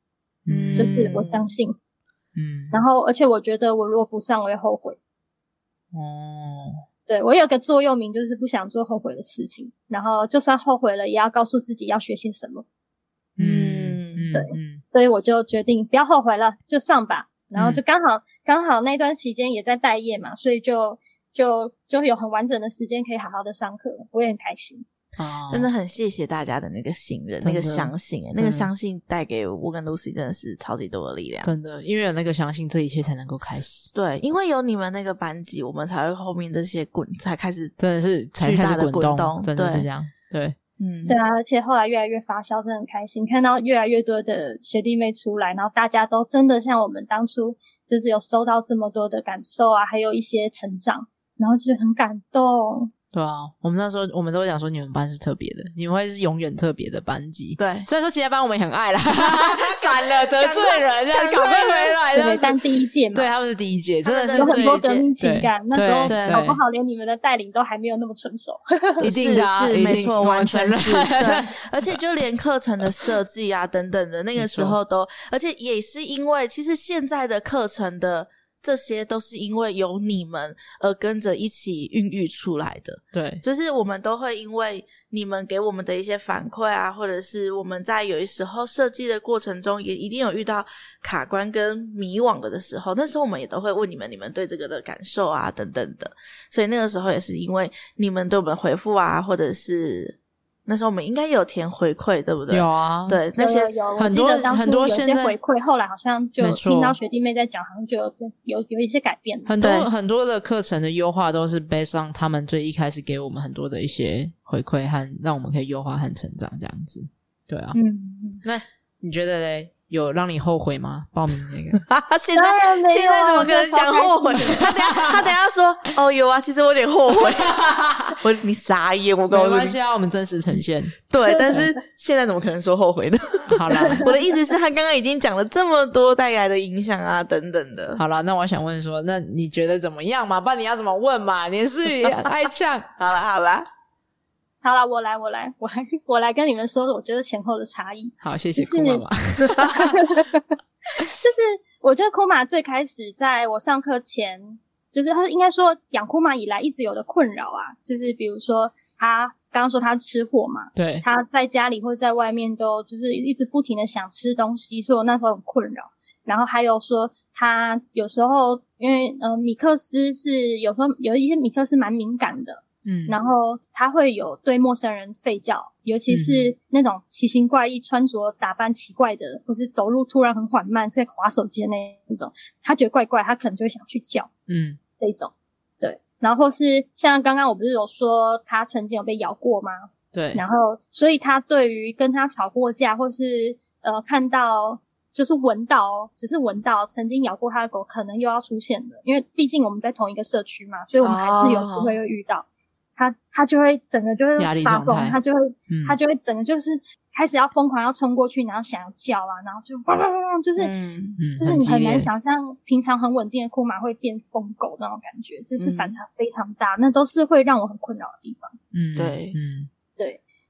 嗯，
就是我相信。
嗯，
然后，而且我觉得我如果不上，我会后悔。
哦，
对我有个座右铭，就是不想做后悔的事情。然后，就算后悔了，也要告诉自己要学些什么。
嗯
嗯
嗯
对
嗯
所以我就决定不要后悔了，就上吧。然后就
嗯
刚好、刚好那段期间也在待业嘛，所以就就就有很完整的时间可以好好的上课，我也很开心。
哦，
真的很谢谢大家的那个信任、
真
那
的嗯
个相信、欸，
的
那个相信带给我跟 Lucy 真的是超级多的力量。
真的，因为有那个相信，这一切才能够开始，
对，因为有你们那个班级，我们才会后面这些滚才开始，
真的是才
巨
开
大
始
的
滚
滚
动，
动
真的是
对
这样，对，
嗯，
对啊，而且后来越来越发酵，真的很开心，看到越来越多的学弟妹出来，然后大家都真的像我们当初就是有收到这么多的感受啊，还有一些成长，然后就很感动。
对啊，我们那时候我们都会讲说你们班是特别的，你们会是永远特别的班级。
对
虽然说其他班我们也很 爱啦，惨了得罪人，这样赶
赶快
快回来，
对，
这样
但
子。
第一届嘛，
对，他们是第一届，真
他们
的是
有很多
最
革命情感，那时候
对
对
搞不好连你们的带领都还没有那么纯熟。
一定的啊
是
一定
是没错，
我
完
承
全
认
是 对，而且就连课程的设计啊等等的，那个时候都，而且也是因为其实现在的课程的这些都是因为有你们而跟着一起孕育出来的。
对
就是我们都会因为你们给我们的一些反馈啊，或者是我们在有一时候设计的过程中，也一定有遇到卡关跟迷惘的时候，那时候我们也都会问你们，你们对这个的感受啊，等等的。所以那个时候也是因为你们对我们的回复啊，或者是那时候我们应该有填回馈，对不对？
有啊，，
对那
有
些
有有，我
很
记
多
得当
很
初
多
有
现
些
在
回馈，后来好像就
没
听到
错
学弟妹在讲，好像就有有有一些改变。
很多
对
很多的课程的优化都是 based on 他们最一开始给我们很多的一些回馈和让我们可以优化和成长这样子。对啊，
嗯，嗯
那你觉得嘞？有让你后悔吗？报名那个
哈哈， 现在、
当然没有啊
现在怎么可能讲后悔
我觉得
他
超开心？
等下他等下说哦有啊，其实我有点后悔。我你傻眼， 我
没
告诉
关
你，
系啊，我们真实呈现。
对，但是现在怎么可能说后 悔呢？
好 啦，
我的意思是，他刚刚已经讲了这么多带来的影响啊，等等的。
好啦，那我想问说，那你觉得怎么样嘛？不然你要怎么问嘛？连思雨也爱呛，
好了好了，
好啦，我来，我来，我来，我来跟你们说，我觉得前后的 差异。
好，谢谢
就是
库妈妈。
就是我觉得库玛最开始在我上课前，就是他应该说养库玛以来一直有的困扰啊，就是比如说他刚刚说他吃货嘛，
对，
他在家里或者在外面都就是一直不停的想吃东西，所以我那时候很困扰。然后还有说他有时候因为呃米克斯是有时候有一些米克斯蛮敏感的，
嗯，
然后他会有对陌生人吠叫，尤其是那种奇形怪异、穿着打扮奇怪的，或是走路突然很缓慢，在划手机的那那种，他觉得怪怪，他可能就会想去叫
嗯，
这种。对，然后是像刚刚我不是有说他曾经有被咬过吗？
对，
然后，所以他对于跟他吵过架，或是呃看到就是闻到哦，只是闻到曾经咬过他的狗，可能又要出现的，因为毕竟我们在同一个社区嘛，所以我们还是有机会会遇到。他他就会整个就
哦压力
会发
状
疯
态，
他就会、
嗯
他就会整个就是开始要疯狂要冲过去，然后想要叫啊，然后就汪汪汪汪就是、
嗯，
嗯，
就是你
激
很
烈
难，想象，平常很稳定的库玛会变疯狗那种感觉，就是反
嗯
差非常大，那都是会让我很困扰的地方。
嗯，
对
嗯，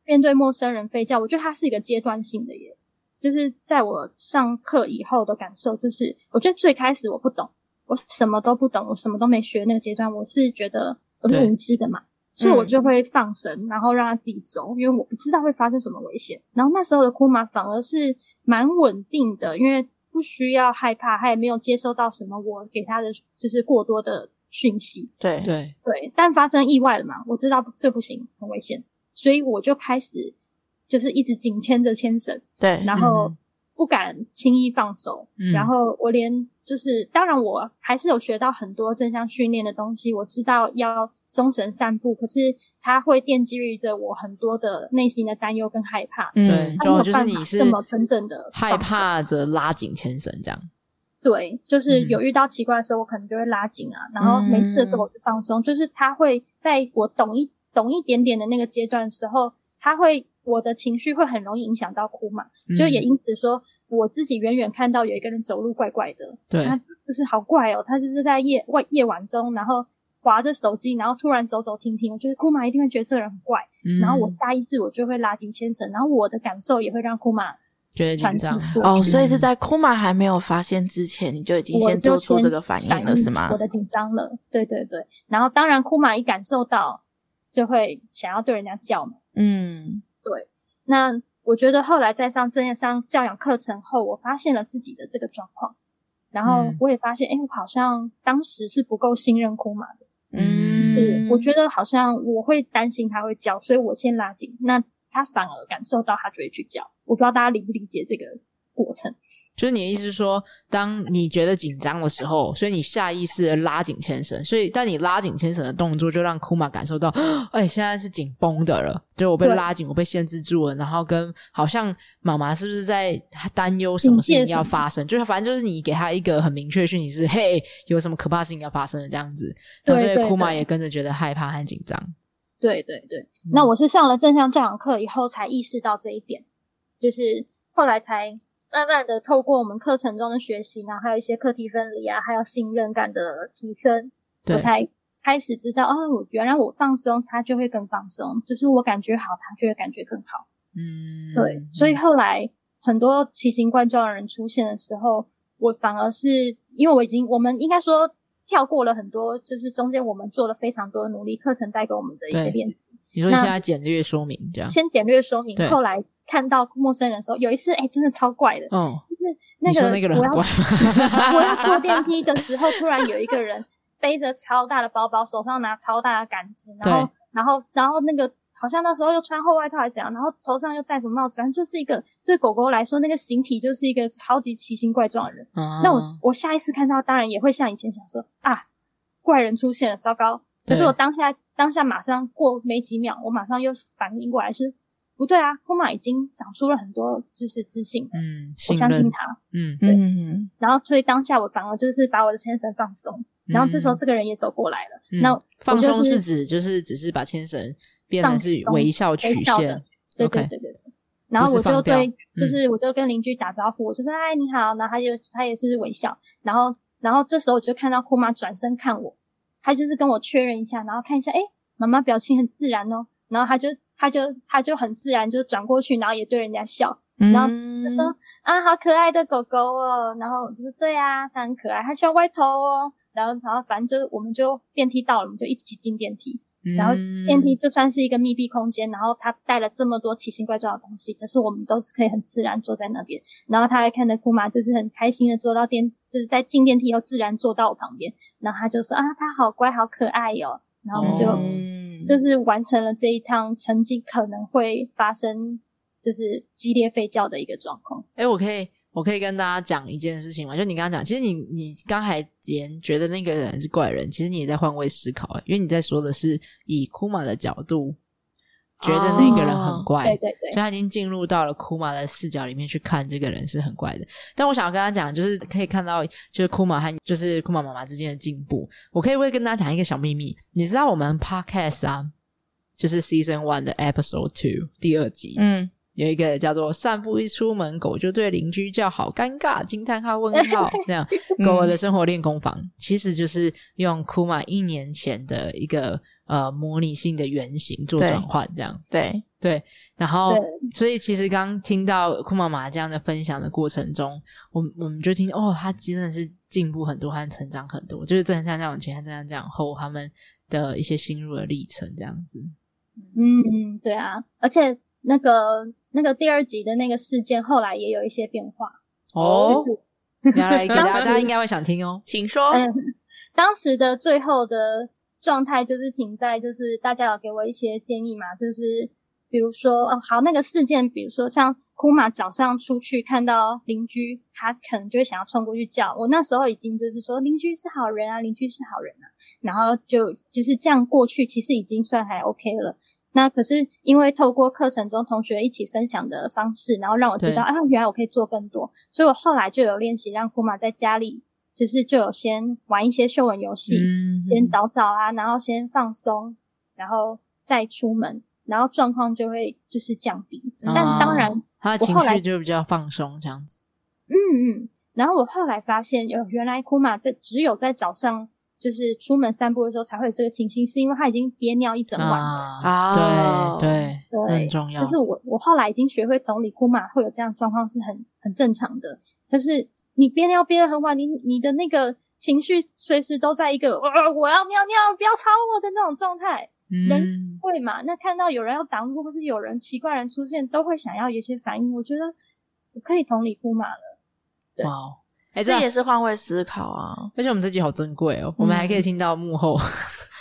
面对陌生人吠叫，我觉得它是一个阶段性的耶。就是在我上课以后的感受，就是我觉得最开始我不懂，我什么都不懂，我什么都没学那个阶段，我是觉得我是
对
无知的嘛，所以我就会放神，然后让他自己走，因为我不知道会发生什么危险。然后那时候的库玛反而是蛮稳定的，因为不需要害怕，他也没有接收到什么我给他的就是过多的讯息，
对
对，
对，但发生意外了嘛，我知道这不行，很危险，所以我就开始就是一直紧牵着牵绳，
对
然后
嗯
不敢轻易放手，
嗯
然后我连就是当然我还是有学到很多正向训练的东西，我知道要松绳散步，可是它会奠基于着我很多的内心的担忧跟害怕，
对，啊
嗯
他没
就
有
就是
办
你
法
是
这么真正地
害
放手
怕着拉紧牵绳这样，
对，就是
嗯
有遇到奇怪的时候，我可能就会拉紧啊，然后没事的时候我就放松。就是他会在我懂一懂一点点的那个阶段的时候，他会我的情绪会很容易影响到哭嘛，就
嗯
也因此说我自己远远看到有一个人走路怪怪的，
对
他就是好怪哦，他就是在夜外夜晚中，然后划着手机，然后突然走走停停，我觉得库玛一定会觉得这个人很怪，然后我
嗯
下意识我就会拉紧牵绳，然后我的感受也会让库玛
觉得紧
传递
张，
过
哦，
去
所以是在库玛还没有发现之前，你就已经
我
先
就
做出
先
这个反应了，是吗
我？的紧张了，对对对。然后当然，库玛一感受到，就会想要对人家叫嘛。
嗯，
那我觉得后来在上正向教养课程后，我发现了自己的这个状况，然后
嗯
我也发现，哎、我好像当时是不够信任库玛的，
嗯
是我觉
得
得好像我会担心他会叫，所以我先拉紧，那他反而感受到他就会去叫。我不知道大家理不理解这个过程。
就是你的意思是说，当你觉得紧张的时候，所以你下意识的拉紧牵绳，所以但你拉紧牵绳的动作就让库玛感受到，哎、现在是紧绷的了，就我被
对
拉紧，我被限制住了，然后跟好像妈妈是不是在担忧什么事情
警戒什
要
么
发生，就是反正就是你给他一个很明确的讯息是，嘿，有什么可怕的事情要发生了这样子，然
对
后所以
对
库玛
对
也跟着觉得害怕和紧张，
对对对，那
嗯
我是上了正向教养课以后才意识到这一点，就是后来才慢慢的透过我们课程中的学习，然后还有一些课题分离啊，还有信任感的提升，
对
我才开始知道哦，原来我放松，他就会更放松，就是我感觉好，他就会感觉更好。
嗯，
对，所以后来很多奇形怪状的人出现的时候，我反而是因为我已经，我们应该说跳过了很多，就是中间我们做了非常多的努力，课程带给我们的一些
对
练习。
你说你
那
现在简略说明这样，
先简略说明
啊对，
后来看到陌生人的时候，有一次，哎、真的超怪的，
嗯，
就是
你说
个
那个人
我
很
要
怪
我要坐电梯的时候，突然有一个人背着超大的包包，手上拿超大的杆子，然后然后然后那个好像那时候又穿厚外套还是怎样，然后头上又戴什么帽子，反正就是一个对狗狗来说，那个形体就是一个超级奇形怪状的人。
啊
那我我下一次看到，当然也会像以前想说啊，怪人出现了，糟糕！可是
对
我当下当下马上过没几秒，我马上又反应过来是不对啊，风马已经长出了很多就是自信，
嗯，
我
信
相信
任，
他。
嗯，
嗯，
然后所以当下我反而就是把我的牵绳放松，然后这时候
嗯
这个人也走过来了，
嗯
那我
放
就
松
是
是指就是只是把牵绳变成
放
是
松
微笑
微
曲
笑
线
的对
OK
对对对对。然后
不
我
是放
就
掉嗯
对，就是我就跟邻居打招呼，我就说嗨你好，然后他就他也是微笑，然后然后这时候我就看到库妈转身看我，他就是跟我确认一下，然后看一下，哎，妈妈表情很自然哦，然后他就他就他就很自然就转过去，然后也对人家笑，
嗯
然后就说、啊好可爱的狗狗哦，然后我就说对啊，它很可爱，它喜欢歪头哦，然后然后反正就是我们就电梯到了，我们就一起进电梯，然后
嗯
电梯就算是一个密闭空间，然后他带了这么多奇形怪状的东西，可是我们都是可以很自然坐在那边。然后他还看着库玛，就是很开心的坐到电，就是在进电梯以后自然坐到我旁边。然后他就说啊，他好乖，好可爱哟、然后
嗯
我们就、
哦
就是完成了这一趟曾经可能会发生就是激烈吠叫的一个状况。
哎、我可以，我可以跟大家讲一件事情嘛，就你刚刚讲，其实你你刚才连觉得那个人是怪人，其实你也在换位思考、欸，因为你在说的是以库玛的角度，觉得那个人很
哦
怪，
对对对
所以他已经进入到了库玛的视角里面去看这个人是很怪的。但我想要跟他讲，就是可以看到，就是库玛和就是库玛妈妈之间的进步。我可以会跟大家讲一个小秘密，你知道我们 podcast 啊，就是 season one 的 episode two 第二集，
嗯，
有一个叫做“散步一出门，狗就对邻居叫好尴尬”，惊叹号问号 这样。狗儿的生活练功房
嗯
其实就是用库玛一年前的一个呃模拟性的原型做
对
转换，这样
对，
对。然后
对，
所以其实刚听到库玛玛这样的分享的过程中，我们我们就听哦，他真的是进步很多，和成长很多，就是真的像这样前，真的这样后，他们的一些心路的历程这样 子。
嗯嗯，对啊，而且那个那个第二集的那个事件后来也有一些变化。
哦
就是
要来给大家，大家应该会想听 哦。
请说，
嗯，当时的最后的状态就是停在，就是大家有给我一些建议嘛，就是比如说，哦，好，那个事件，比如说像库玛早上出去看到邻居，他可能就会想要冲过去叫。我那时候已经就是说，邻居是好人啊，邻居是好人啊，然后就就是这样过去，其实已经算还 OK 了。那可是因为透过课程中同学一起分享的方式，然后让我知道啊，原来我可以做更多，所以我后来就有练习让库玛在家里，就是就有先玩一些嗅闻游戏，
嗯
先找找啊，然后先放松，然后再出门，然后状况就会就是降低。但当然，嗯
哦他的
我
情
后
绪
来
就比较放松这样子。
嗯嗯。然后我后来发现，有原来库玛在只有在早上就是出门散步的时候才会有这个情形，是因为他已经憋尿一整晚了。
哦
啊，对对，
对
这很重要。
就是我我后来已经学会同理姑妈会有这样的状况是很很正常的，就是你憋尿憋得很晚，你你的那个情绪随时都在一个呃我要尿尿，不要吵我的那种状态，
嗯，
会嘛？那看到有人要挡路，或是有人奇怪人出现，都会想要有一些反应。我觉得我可以同理姑妈了，对
哇哦，哎，这
这也是换位思考啊，
而且我们这集好珍贵哦，我们还可以听到幕
嗯
后，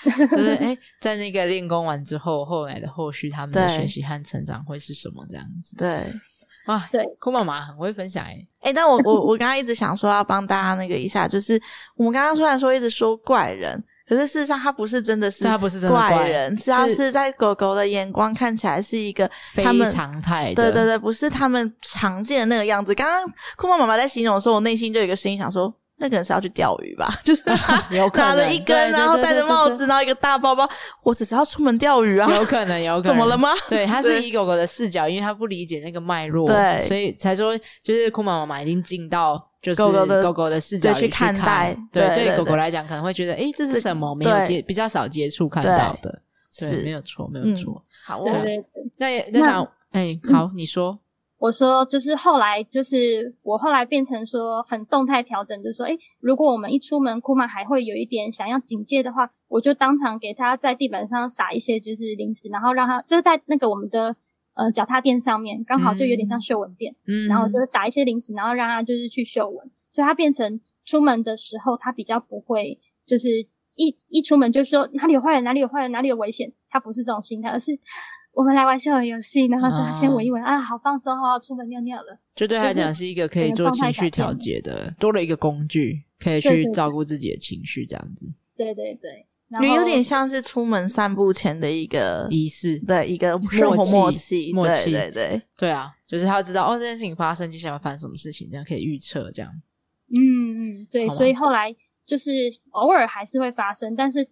就是哎，在那个练功完之后，后来的后续他们的
对
学习和成长会是什么这样子。
对。
哇，
对，
酷妈妈很会分享哎，
哎、但我我我刚刚一直想说要帮大家那个一下，就是我们刚刚虽然说一直说怪人，可是事实上他不是真的是
对他不是真的怪
怪人，是他
是
是在狗狗的眼光看起来是一个
非
他们
常态的，
对对对，不是他们常见的那个样子。刚刚酷猫妈妈在形容的时候，我内心就有一个声音想说，那可能是要去钓鱼吧，就是
有可能
拿着一
对对
根，然后
对对
戴着
对
帽
对
子，然后一个大包包，我只是要出门钓鱼啊，
有可能，有可能。
怎么了吗？
对，他是
对
以狗狗的视角，因为他不理解那个脉络，
对
所以才说就是库玛妈妈已经进到就是
狗狗的
狗狗的视角里
对去
看
看待
对，
对
对于
对
狗狗
对
来讲，可能会觉得诶，这是
这
什么？没有
对
接比较少接触看
对
到的，对，没
是
有错，没有
嗯
错。
好
对
哦
对，对。
那也那
那
想哎，
嗯
好，你说
我说，就是后来，就是我后来变成说很动态调整，就是说，诶，如果我们一出门，库玛还会有一点想要警戒的话，我就当场给他在地板上撒一些就是零食，然后让他就是在那个我们的呃脚踏垫上面，刚好就有点像嗅闻垫，
嗯，
然后我就撒一些零食，然后让他就是去嗅闻，所以他变成出门的时候，他比较不会就是一一出门就说哪里有坏人，哪里有坏人，哪里有危险，他不是这种心态，而是我们来玩小游戏，然后就
哦
先闻一闻、啊，好放松，好好出门尿尿了。
就对他来讲是一个可以做情绪调节的，多了一个工具，可以去照顾自己的情绪，这样子
对对对，然后
你有点像是出门散步前的一个
仪式。
的一个生活默
默
契，
契默
对
契
对对，
对啊，就是他要知道哦，这件事情发生，接下来会发生什么事情，这样可以预测。这样
嗯嗯，对，
好吧
所以后来就是偶尔还是会发生，但是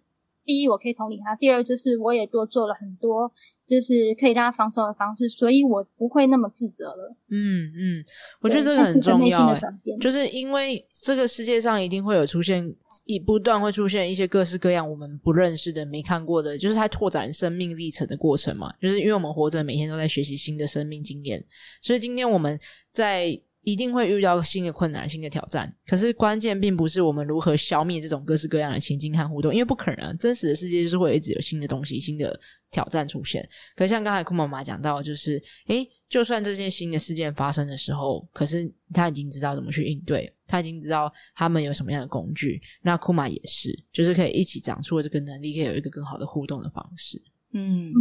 第一我可以同理他，第二就是我也多做了很多就是可以让他放松的方式，所以我不会那么自责了。
嗯嗯，我觉得这
对
个
它是
很
一
重
内心
要、
的
欸。
转变。
就是因为这个世界上一定会有出现，一不断会出现一些各式各样我们不认识的、没看过的，就是它拓展生命历程的过程嘛。就是因为我们活着，每天都在学习新的生命经验，所以今天我们在一定会遇到新的困难、新的挑战。可是关键并不是我们如何消灭这种各式各样的情境和互动，因为不可能、啊，真实的世界就是会一直有新的东西、新的挑战出现。可是像刚才库妈妈讲到，就是诶，就算这些新的事件发生的时候，可是他已经知道怎么去应对，他已经知道他们有什么样的工具。那库玛也是，就是可以一起长出这个能力，可以有一个更好的互动的方式。
嗯，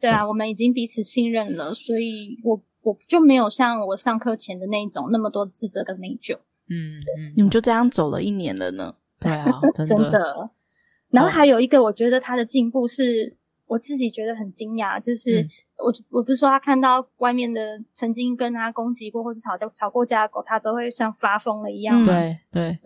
对啊，我们已经彼此信任了，所以我我就没有像我上课前的那一种那么多自责跟内疚，
嗯
你
嗯，
们就这样走了一年了呢，
对啊，真
真
的，
的。然后还有一个，我觉得他的进步是我自己觉得很惊讶，就是
嗯
我我不是说他看到外面的曾经跟他攻击过或是吵架吵过架的狗，他都会像发疯了一样
嗯
嘛。
对对，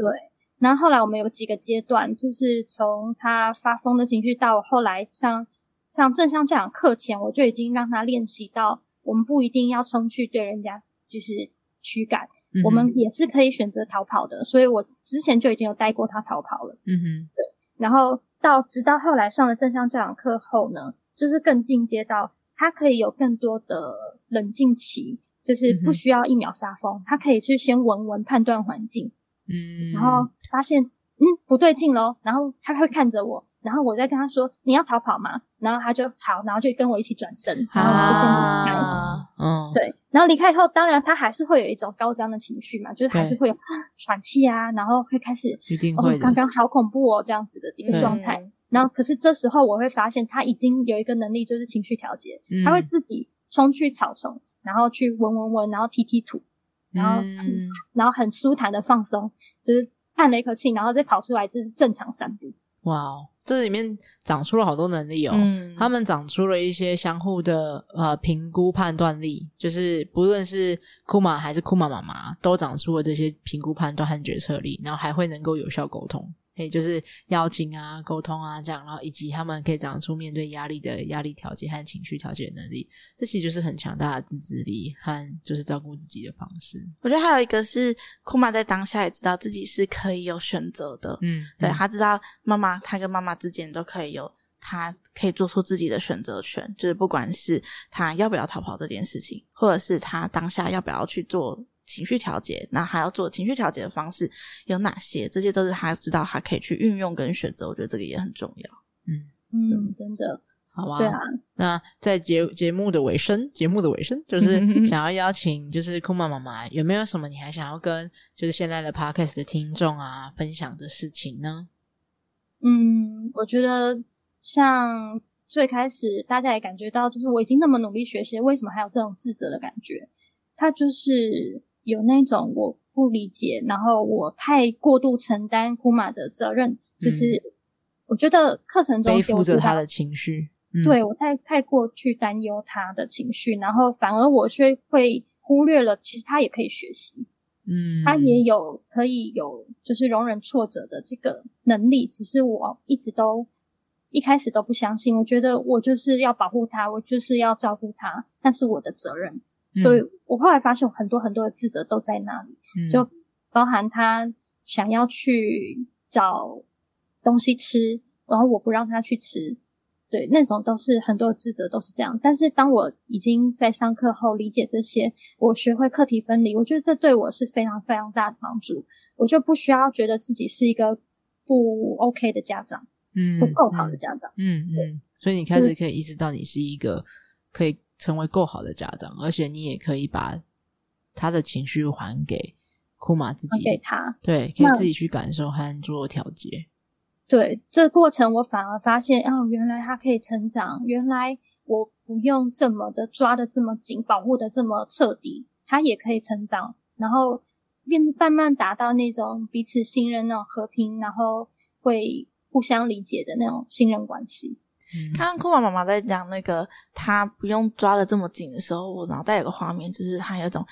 然后后来我们有几个阶段，就是从他发疯的情绪到我后来上上正向教养课前，我就已经让他练习到，我们不一定要冲去对人家就是驱赶，
嗯哼
我们也是可以选择逃跑的。所以我之前就已经有带过他逃跑了。
嗯哼，
然后到直到后来上了正向教养课后呢，就是更进阶到他可以有更多的冷静期，就是
嗯哼
不需要一秒发疯，他可以去先闻闻判断环境。
嗯，
然后发现嗯不对劲喽，然后他会看着我，然后我在跟他说你要逃跑吗？然后他就好，然后就跟我一起转身，
啊
然后我就跟离开。
啊
嗯，
对，然后离开以后，当然他还是会有一种高涨的情绪嘛，就是还是
对
会有啊喘气啊，然后会开始
一定
哦
会的
刚刚好恐怖哦这样子的一个
嗯
状态。，然后可是这时候我会发现他已经有一个能力，就是情绪调节，
嗯
他会自己冲去草丛，然后去闻闻闻，然后踢踢土，然后
嗯
然后很舒坦的放松，就是叹了一口气，然后再跑出来，这是正常散步。
哇哦，这里面长出了好多能力哦。
嗯
他们长出了一些相互的呃评估判断力，就是不论是库玛还是库玛妈妈，都长出了这些评估判断和决策力，然后还会能够有效沟通，也就是邀请啊、沟通啊这样，然后以及他们可以长出面对压力的压力调节和情绪调节能力，这其实就是很强大的自制力和就是照顾自己的方式。
我觉得还有一个是库玛在当下也知道自己是可以有选择的，
嗯，
对
嗯
他知道妈妈，他跟妈妈之间都可以有他可以做出自己的选择权，就是不管是他要不要逃跑这件事情，或者是他当下要不要去做情绪调节，那还要做情绪调节的方式有哪些，这些都是他知道他可以去运用跟选择。我觉得这个也很重要。
嗯，真的，
好吧，
对啊，
那在节节目的尾声，节目的尾声就是 想要邀请，就是库玛妈妈有没有什么你还想要跟就是现在的 podcast 的听众啊分享的事情呢？
嗯，我觉得像最开始大家也感觉到，就是我已经那么努力学习，为什么还有这种自责的感觉？他就是有那种我不理解，然后我太过度承担库玛的责任，就是我觉得课程中
嗯背
给我
负着
最大
他的情绪，嗯、
对我太太过去担忧他的情绪，然后反而我却会忽略了，其实他也可以学习，
嗯，
他也有可以有就是容忍挫折的这个能力，只是我一直都一开始都不相信，我觉得我就是要保护他，我就是要照顾他，那是我的责任，
嗯，
所以我后来发现我很多很多的自责都在那里，
嗯
就包含他想要去找东西吃，然后我不让他去吃，对，那种都是很多的自责都是这样。但是当我已经在上课后理解这些，我学会课题分离，我觉得这对我是非常非常大的帮助。我就不需要觉得自己是一个不 OK 的家长，
嗯
不够好的家长。
嗯嗯嗯，所以你开始可以意识到你是一个可以成为够好的家长，而且你也可以把他的情绪还给库玛自
还
己，
给他，
对，可
那
以自己去感受和做调节，
对这过程，我反而发现，哦，原来他可以成长，原来我不用这么的抓的这么紧，保护的这么彻底，它也可以成长，然后变慢慢达到那种彼此信任、那种和平，然后会互相理解的那种信任关系。
嗯
刚刚酷娃妈妈在讲那个她不用抓的这么紧的时候，我脑袋有个画面，就是她有一种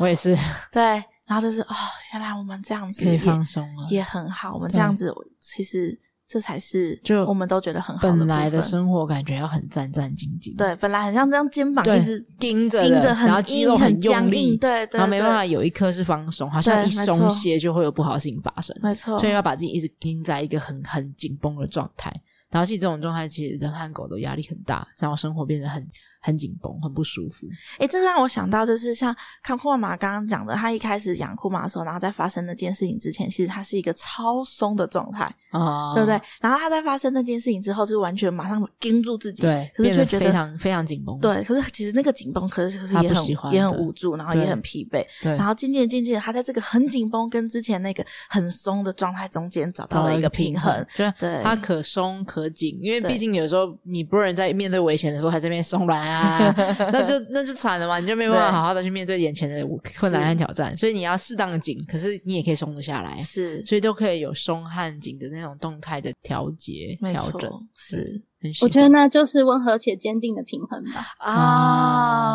我也是
对，然后就是哦，原来我们这样子
可以
也
放松啊了。
也很好，我们
对
这样子其实这才是
就
我们都觉得很好
本
部
来的
分
生活感觉要很战战兢兢，
对，本来很像这样肩膀
对
一直
盯着
着，盯
的
很
然后肌
硬
肉
很
很用
僵
力
硬对对，
然后没
对
办法，有一刻是放松，好像
对
一
没
松
错
懈就会有不好的事情发生，
没错，
所以要把自己一直盯在一个很很紧绷的状态。然后其实这种状态，其实人和狗都压力很大，然后生活变得很很紧绷，很不舒服。
诶，这让我想到，就是像看库玛刚刚讲的，他一开始养库玛的时候，然后在发生那件事情之前，其实他是一个超松的状态，
啊，
对不对？然后他在发生那件事情之后，就完全马上盯住自己，
对，
可是
变
就
得
觉
非
得。
常非常紧绷。
对，可是其实那个紧绷，可是可是
他
也
不
很
喜欢
也很
对
无助，然后也
对
很疲惫，
对，
然后渐渐渐渐，他在这个很紧绷跟之前那个很松的状态中间找到了一个平衡。，
就是
对
它可松可紧，因为
对
毕竟有时候你不能在面对危险的时候还在那边松软 啊，那就那就惨了嘛，你就没有办法
对
好好的去面对眼前的困难和挑战，所以你要适当的紧，可是你也可以松得下来，
是，
所以都可以有松和紧的那种动态的调节
没
调整，
错，是
很喜
我
欢
觉得那就是温和且坚定的平衡吧。
啊，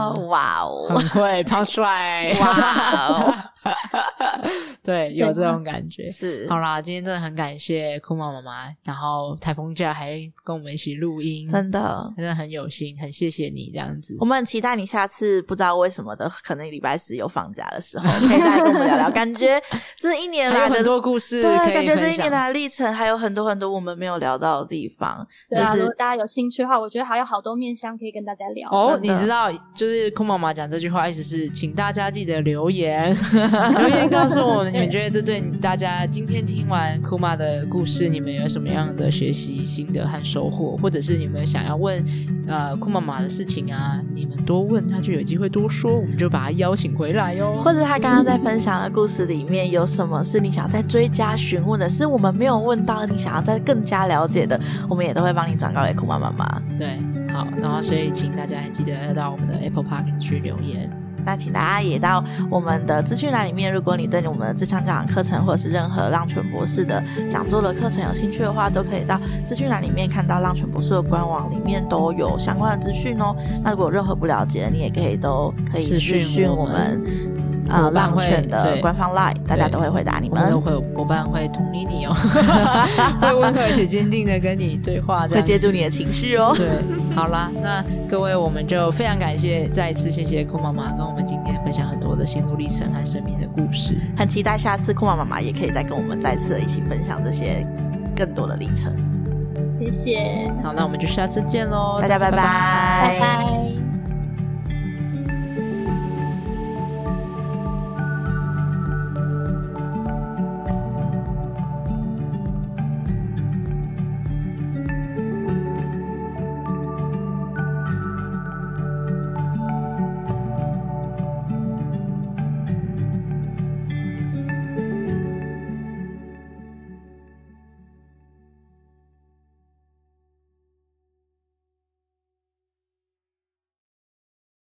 啊
哇哦，
很会抛出 来，
哇哦，
对，有这种感觉。
是，
好啦，今天真的很感谢酷猫妈妈，然后台风假还跟我们一起录音，
真的，
真的很有心，很谢谢你这样子
我。们很期待你下次不知道为什么的，可能礼拜四有放假的时候，可以再来跟我们聊 聊。感觉这一年
还有
来
很
的。
多故事
对，
可
感
以
觉这
分
一年
享。
来的历程还有很多很多我们没有聊到的地方，就
对啊，如
是
果大家有兴趣的话，我觉得还有好多面向可以跟大家聊。
哦，
真
你
的
知道，就是空妈妈讲这句话，意思是请大家记得留 言，留言告诉我们，你们觉得这对你大家今天听完库妈的故事，你们有什么样的学习心得和收获，或者是你们想要问呃库妈妈的事情啊，你们多问，她就有机会多说，我们就把她邀请回来哦哟。
或者他刚刚在分享的故事里面有什么是你想再追加询问的，是我们没有问到，你想要再更加了解的，我们也都会帮你转告给酷妈妈妈。
对，好，然后所以请大家记得到我们的 Apple Park 去留言。
那请大家也到我们的资讯栏里面，如果你对我们的这项教养课程或者是任何浪犬博士的讲座的课程有兴趣的话，都可以到资讯栏里面看到浪犬博士的官网里面都有相关的资讯哦。那如果有任何不了解，你也可以都可以
私讯
私讯
我
我们
们
呃
伙伴
浪
会
犬的
对
官方 line，大家
对
都会回答你
我们
们
都。会有伙伴会同理 你哦，会温和且坚定的跟你对话，这
会
样
接
子
住你的情绪哦。
对，好啦，那各位，我们就非常感谢，再一次谢谢酷妈妈跟我们今天分享很多的心路历程和生命的故事。
很期待下次库玛妈妈也可以再跟我们再次一起分享这些更多的历程。
谢谢，
好，那我们就下次见喽，
大家拜
哦拜
拜
拜拜。